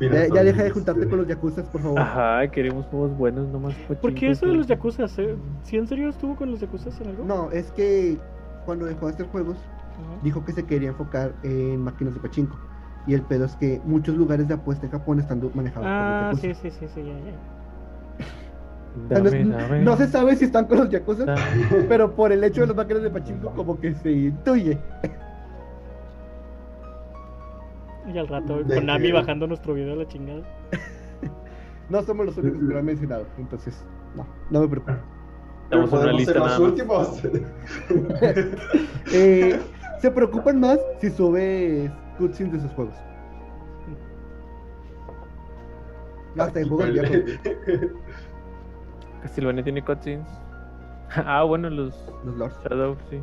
B: Ya, ya deja
E: este
B: de juntarte con los Yakuza, por favor.
F: Ajá, queremos juegos buenos, nomás.
D: Oh. ¿Por qué
F: cochinos,
D: eso de los
F: pero-
D: Yakuza? eh? ¿Sí en serio estuvo con los Yakuza en algo?
B: No, es que cuando dejó de hacer juegos,
D: Ajá.
B: dijo que se quería enfocar en máquinas de pachinko. Y el pedo es que muchos lugares de apuesta en Japón están du- manejados por
D: Ah,
B: los
D: sí,
B: yakuza.
D: sí, sí, sí, ya, ya.
B: O sea, no-
F: Dame, dame.
B: No se sabe si están con los yakuza,
F: dame.
B: pero por el hecho de las máquinas de pachinko como que se intuye.
D: Y al rato,
E: De
D: Konami
E: que-
D: bajando nuestro video a la chingada.
B: No somos los únicos que lo han mencionado, entonces no, no me preocupo.
F: Estamos en una lista nada
E: los
F: más.
E: últimos.
B: Eh, se preocupan más si subes cutscenes de sus juegos. Hasta en juegos viejos. güey.
F: Castlevania tiene cutscenes. Ah, bueno, los
B: Los lords.
F: Shadow, sí.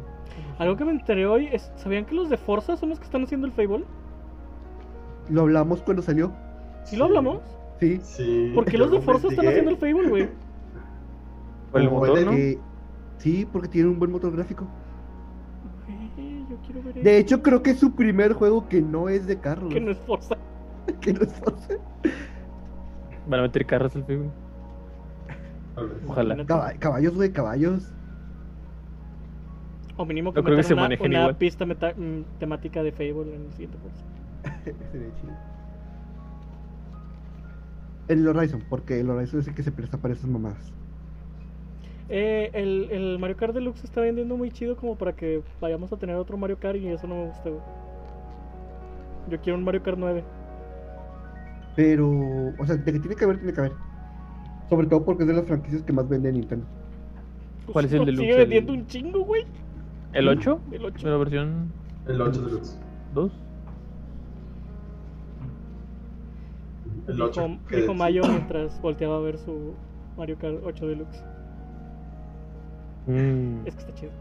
D: Algo que me enteré hoy es, ¿sabían que los de Forza son los que están haciendo el Fable?
B: Lo hablamos cuando salió.
D: ¿Sí lo
E: Sí.
D: hablamos?
B: Sí.
E: Sí.
D: ¿Por qué los de Forza están haciendo el Fable, güey?
F: Por el
B: Porque-
F: motor, ¿no?
B: Sí, porque tiene un buen motor gráfico.
D: Güey, Yo quiero ver
B: De
D: eso.
B: hecho, creo que es su primer juego que no es de carros.
D: Que no es Forza.
B: que no es Forza.
F: Van a meter carros al Fable. Ojalá.
D: Imagínate.
B: Caba- caballos, güey, caballos.
D: O mínimo que
F: No creo que
D: metan
F: se
D: una,
F: manejen
D: una
F: igual.
D: pista meta- mm, temática de Fable en el siguiente Forza.
B: Sería chido. El Horizon, porque el Horizon es el que se presta para esas mamadas.
D: Eh, el, el Mario Kart Deluxe se está vendiendo muy chido como para que vayamos a tener otro Mario Kart y eso no me gusta, güey. Yo quiero un Mario Kart 9.
B: Pero, o sea, de que tiene que haber, tiene que haber. Sobre todo porque es de las franquicias que más vende Nintendo.
F: ¿Cuál es el Deluxe?
D: Pues, Sigue
F: El-
D: vendiendo un chingo, güey.
F: ¿El 8?
D: El 8.
F: ¿La versión
E: El 8 de los.
F: 2?
E: El
D: dijo,
E: 8.
D: dijo Mayo mientras volteaba a ver su Mario Kart 8 Deluxe.
F: Mm.
D: Es que está chido.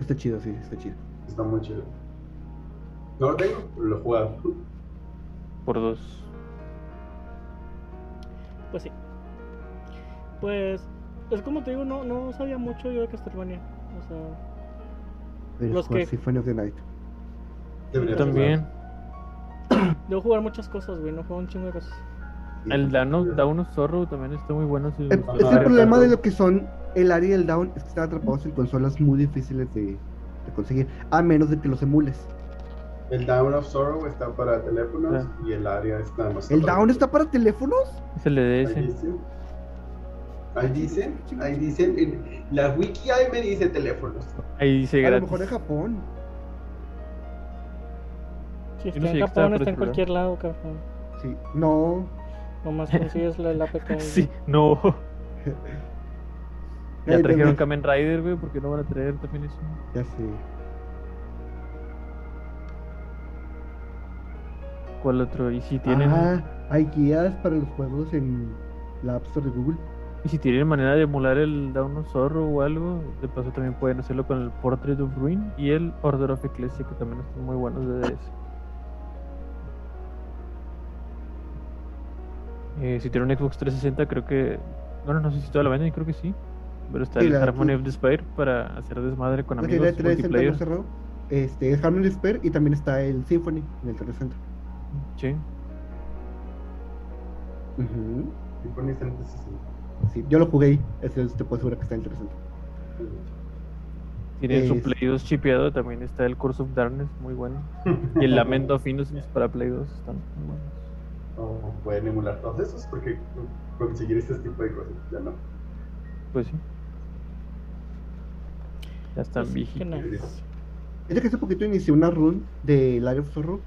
B: Está chido, sí, está chido.
E: Está muy chido. No lo tengo, pero lo he jugado.
F: Por 2.
D: Pues sí. Pues es como te digo, no, no sabía mucho yo de Castlevania. O sea,
B: Pero
D: Los
B: jugar
D: que-
B: Symphony of the Night.
E: Debería
F: También.
D: debo jugar muchas cosas, güey. No juego un chingo de cosas.
F: El
C: Ah,
F: Dano, Down Zorro también está muy bueno. si-
B: El,
E: Ajá.
B: es el
E: Ajá.
B: Eh, problema de lo que son el área y el down, es que están atrapados en consolas muy difíciles de, de conseguir, a menos de que los emules.
E: El Down of Sorrow está para teléfonos
F: Ah.
E: y el área está más.
B: ¿El down está para teléfonos?
C: Ah,
F: Es el
E: Ahí
F: DDS.
E: dicen. Ahí dicen, ahí dicen, en la wiki ahí me dice teléfonos.
F: Ahí dice
B: A lo
F: gratis.
B: mejor en Japón.
D: Si
F: Yo
D: está
F: no sé
D: en
F: que estaba
D: Japón,
F: por
D: está en
F: ese lado.
D: cualquier lado, cabrón.
B: Sí. No.
D: Nomás consigues la, la APK.
F: Sí, no.
C: Ya
B: Ay,
C: trajeron Kamen
B: también.
C: Rider, güey, porque no van a traer también eso.
B: Ya sé.
C: ¿Cuál otro? Y si tienen,
B: Ah, hay guías para los juegos en la App Store de Google.
C: y si tienen manera de emular el Down of Zorro o algo, de paso también pueden hacerlo con el Portrait of Ruin y el Order of Ecclesia, que también están muy buenos de DS. Eh, si tienen un Xbox 360, creo que. Bueno, no sé si toda la venden, creo que sí. Pero está
B: Sí,
C: el
B: la-
C: Harmony of Despair para hacer desmadre con
B: La tienda de
C: amigos
B: 360 no
C: multiplayer.
B: cerró. Este, es Harmony Despair y también está el Symphony en el 360.
C: Sí.
B: Ujú.
E: Y pones en 360.
B: Sí, yo lo jugué ahí, ese te puedo asegurar que está en el 360.
C: Tiene su
B: Es-
C: Play 2 chipeado, también está el Curse of Darkness, muy bueno. Y el Lamento of Innocence para Play 2 están muy buenos.
E: O pueden emular todos esos porque conseguir este tipo de cosas ya no.
C: Pues sí. Ya están
D: Así Pues que
C: viejitos.
D: nada.
B: Es de que hace poquito inicié una run de Light of Zorro,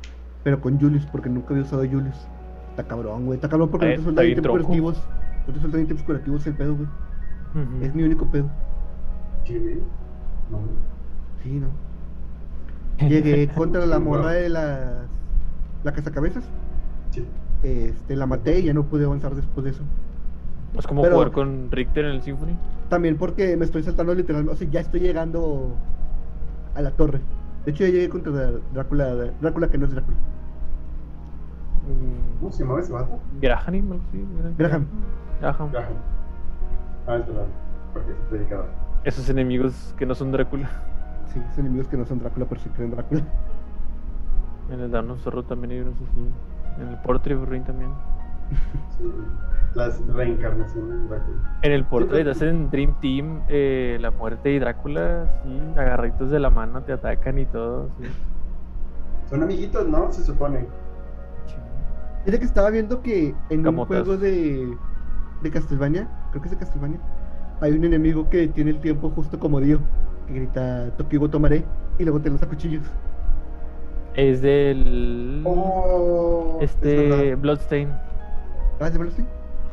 B: pero con Julius, porque nunca había usado Julius. Está cabrón, güey. Está cabrón porque
C: Ah, Está
B: no te
C: bien-
B: sueltan
C: está bien
B: ítems
C: tronco.
B: curativos. No te sueltan ítems curativos el pedo, güey.
C: Ujú.
B: Es mi único pedo.
E: Qué bien. No,
B: Sí, no. Llegué contra la morra de la, la cazacabezas.
E: sí.
B: Este, la maté y ya no pude avanzar después de eso.
C: Es como
B: pero-
C: jugar con Richter en el Symphony.
B: También porque me estoy saltando literalmente, o sea, ya estoy llegando a la torre. De hecho, ya llegué contra Drá- Drácula, Drácula que no es Drácula.
E: ¿Cómo se llamaba ese vato?
C: Graham, algo así, era-
B: Graham.
C: Graham.
E: Graham. Ah, el Graham, Porque se está dedicado.
C: Esos enemigos que no son Drácula.
B: Sí, son enemigos que no son Drácula, pero sí creen Drácula.
C: En el Dawn of Zorro también hay unos así. En el Portrait of Ruin también.
E: Sí. Las reencarnaciones de Drácula.
C: En el Portrait
E: pero-
C: hacen Dream Team, eh, la muerte y Drácula, sí, agarritos de la mano, te atacan y todo. sí.
E: Son amiguitos, ¿no? Se supone.
B: Es de que estaba viendo que en
C: Camotas.
B: un juego de, de Castlevania, creo que es de Castlevania, hay un enemigo que tiene el tiempo justo como Dio, que grita Tokigo tomaré y luego te lanza cuchillos.
C: Es del.
E: Oh, es
C: este.
E: verdad.
C: Bloodstain.
B: ¿Ah, ¿se llama así?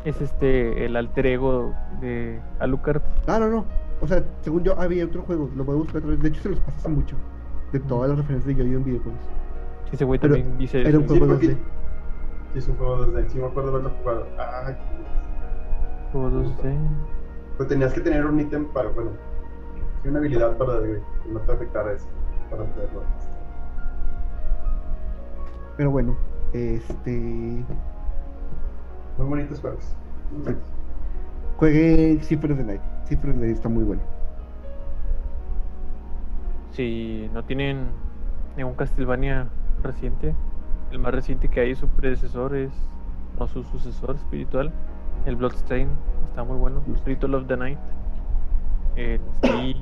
C: Es este. El alter ego de Alucard.
B: Ah, no, no. O sea, según yo, había otro juego, lo voy a buscar otra vez. De hecho, se los pasa mucho. De todas las referencias de yo en videojuegos.
C: Ese güey
B: Pero-
C: también dice.
B: era un
C: eso,
E: Sí,
B: juego
E: porque-
B: 2D.
E: Sí, es un juego 2D. Sí, me acuerdo haberlo jugado. Ah,
C: como dos de-
E: Pues tenías que tener un ítem para, bueno, sí, una habilidad para que no te afectara eso, para poderlo.
B: Pero bueno, este.
E: Muy bonitos juegos.
B: Sí. Juegue Cifras de Night. Cifras de Night está muy bueno.
C: Si no tienen ningún Castlevania reciente, el más reciente que hay, su predecesor es. No su sucesor espiritual. El Bloodstain está muy bueno. Ritual of the Night. El Steam. eh,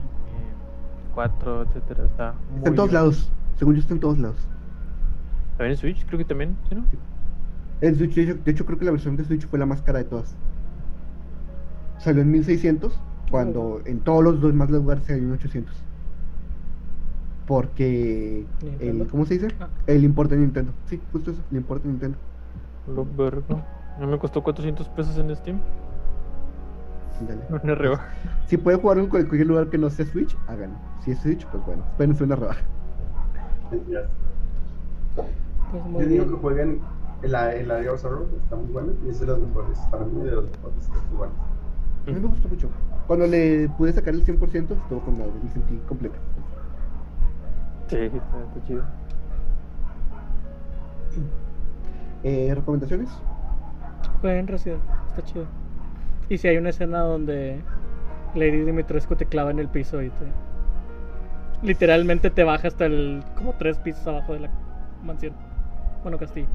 C: 4, etcétera. Está muy
B: Está en todos
C: bien.
B: lados. Según yo, está en todos lados.
C: También en Switch, creo que también. ¿sí, no?
B: El Switch, de hecho, de hecho, creo que la versión de Switch fue la más cara de todas. Salió en 1600, cuando en todos los demás lugares salió en 800. Porque. El,
G: Nintendo.
B: ¿Cómo se dice?
G: Ah.
B: El importe de Nintendo. Sí, justo eso, el importe de Nintendo.
C: Lo vergo. No me costó 400 pesos en Steam.
B: Ándale.
C: Una rebaja.
B: Si puede jugarlo en cual- cualquier lugar que no sea Switch, háganlo. Si es Switch, pues bueno, espérense una rebaja.
E: Ya.
G: Pues muy
E: Yo digo que
G: bien.
E: jueguen el, a- el Area of Sorrow, que está muy bueno, y es de los mejores, para mí de los mejores que es bueno.
B: A mí me gustó mucho. Cuando le pude sacar el 100%, estuvo con la me sentí completa.
C: Sí, está, está chido.
B: Eh, ¿Recomendaciones?
G: Jueguen Resident, está chido. Y si hay una escena donde Lady Dimitrescu te clava en el piso y te. Literalmente te baja hasta el. como tres pisos abajo de la mansión. Bueno, castillo.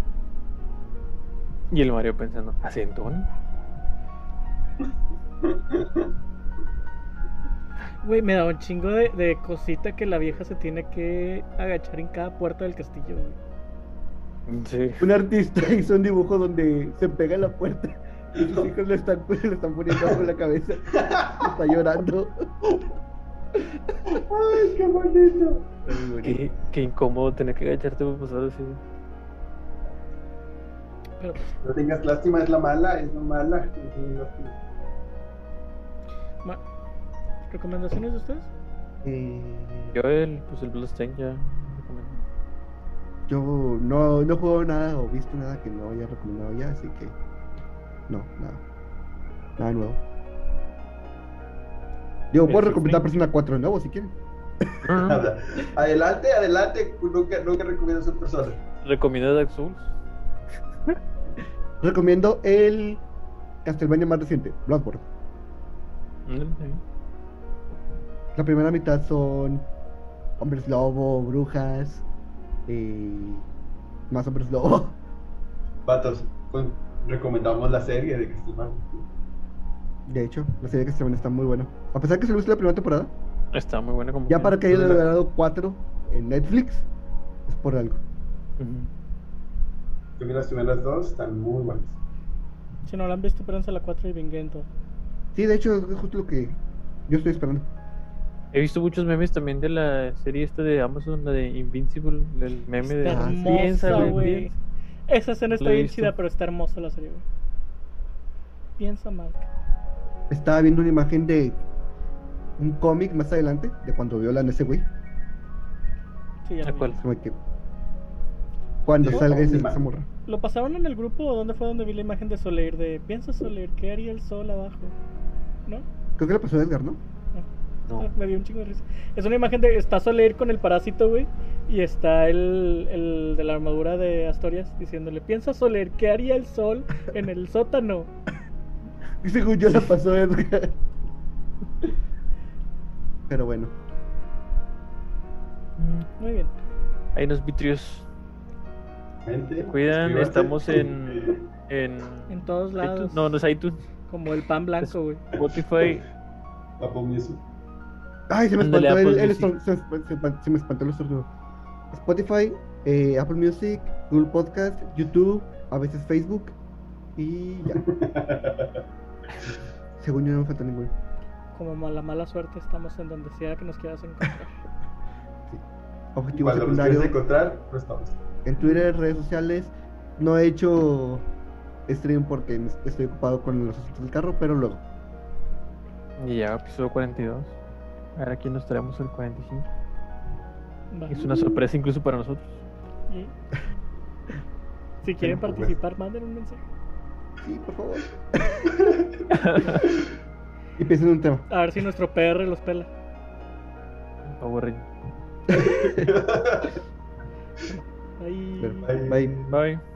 C: Y el Mario pensando, ¿acentón?
G: Güey, me da un chingo de, de cosita que la vieja se tiene que agachar en cada puerta del castillo, güey.
C: Sí.
B: Un artista hizo un dibujo donde se pega en la puerta y sus hijos le están, le están poniendo algo en la cabeza. Está llorando.
E: ¡Ay, qué bonito!
B: Está muy bonito.
C: Qué, qué incómodo tener que agacharte por pasar así.
G: Pero pues,
E: No tengas lástima, es la mala, es la mala. no tengas lástima.
G: ma-
D: ¿Recomendaciones de ustedes?
B: Eh,
C: Yo el, pues el Bloodstained ya
B: Ah.
C: lo recomendé.
B: yo no, no he jugado nada o visto nada que no haya recomendado ya, así que no, nada. Nada nuevo. Digo,
C: El
B: puedo
C: Free
B: recomendar
C: Play.
B: Persona 4 de nuevo si quieren.
C: No, no,
E: Nada. Adelante, adelante. Nunca, nunca recomiendo a esa persona.
C: recomiendo Dark Souls.
B: Recomiendo el Castlevania más reciente, Bloodborne.
C: Ándale, está bien.
B: La primera mitad son hombres lobo, brujas, eh, más hombres lobo.
E: Vatos, con- recomendamos la serie de Castlevania.
B: De hecho, la serie de Castlevania está muy buena. A pesar que se hizo la primera temporada,
C: Está muy buena como
B: ya
C: que-
B: para que haya
E: Entonces, la-
B: ganado 4 en Netflix, es por algo.
C: Ujú.
E: Yo vi las primeras dos, están muy buenas.
D: Si no la han visto, esperanza la 4 y Vingento.
B: Sí, de hecho, es justo lo que yo estoy esperando.
C: He visto muchos memes también de la serie esta de Amazon, la de Invincible, el meme de...
D: Está
B: Ah, sí,
D: hermosa,
B: piénsalo,
D: güey. Esa escena está
C: Lo he
D: bien
C: visto.
D: chida, pero está hermosa la serie, güey. Piensa, Mark.
B: Estaba viendo una imagen de un cómic más adelante, de cuando violan a ese güey.
D: Sí, ya
C: ¿A
D: lo vi.
C: cuál?
B: Como que cuando
E: Yo-
B: salga ese,
E: Omniman.
B: esa morra.
D: ¿Lo pasaron en el grupo o dónde fue donde vi la imagen de Soleil? De piensa Soleil, ¿qué haría el sol abajo? ¿No?
B: Creo que la pasó a Edgar, ¿no?
C: No.
D: Ah, Me dio un chingo de risa. Es una imagen de. Está Soleil con el parásito, güey. Y está el, el de la armadura de Astorias diciéndole: Piensa Soleil, ¿qué haría el sol en el sótano?
B: Y según yo la pasó a Edgar. Pero bueno,
D: Muy bien.
C: Ahí nos vitrios
E: Gente,
C: cuidan,
E: suscríbanse.
C: estamos en- en...
D: En todos lados.
C: iTunes- No, no es iTunes,
D: Como el pan blanco, güey.
C: Spotify,
E: Apple Music.
B: Ay, se me
C: Ándale,
B: espantó el,
C: Apple
B: el
C: Music.
B: estor- se, me espan- se me- se me espantó el estornudo. Spotify, eh, Apple Music, Google Podcast, YouTube, a veces Facebook y ya. Según yo no me falta ninguno.
D: Como la mala suerte, estamos en donde sea que nos quieras encontrar.
B: Objetivo
E: Cuando nos quieras
B: secundario
E: encontrar, no estamos.
B: en Twitter, redes sociales. No he hecho stream porque me- estoy ocupado con los asuntos del carro, pero luego.
C: y ya episodio 42. Ahora aquí nos traemos el 45.
D: Va.
C: Es una sorpresa incluso para nosotros.
D: Y- Si quieren
E: Bueno, pues.
D: participar, manden un mensaje.
B: Sí, por favor. y piensen en un tema.
D: A ver si nuestro PR los pela.
C: Power Rangers.
D: Ahí.
B: Pero-
E: Bye.
C: pues-
B: Bye.
C: Bye.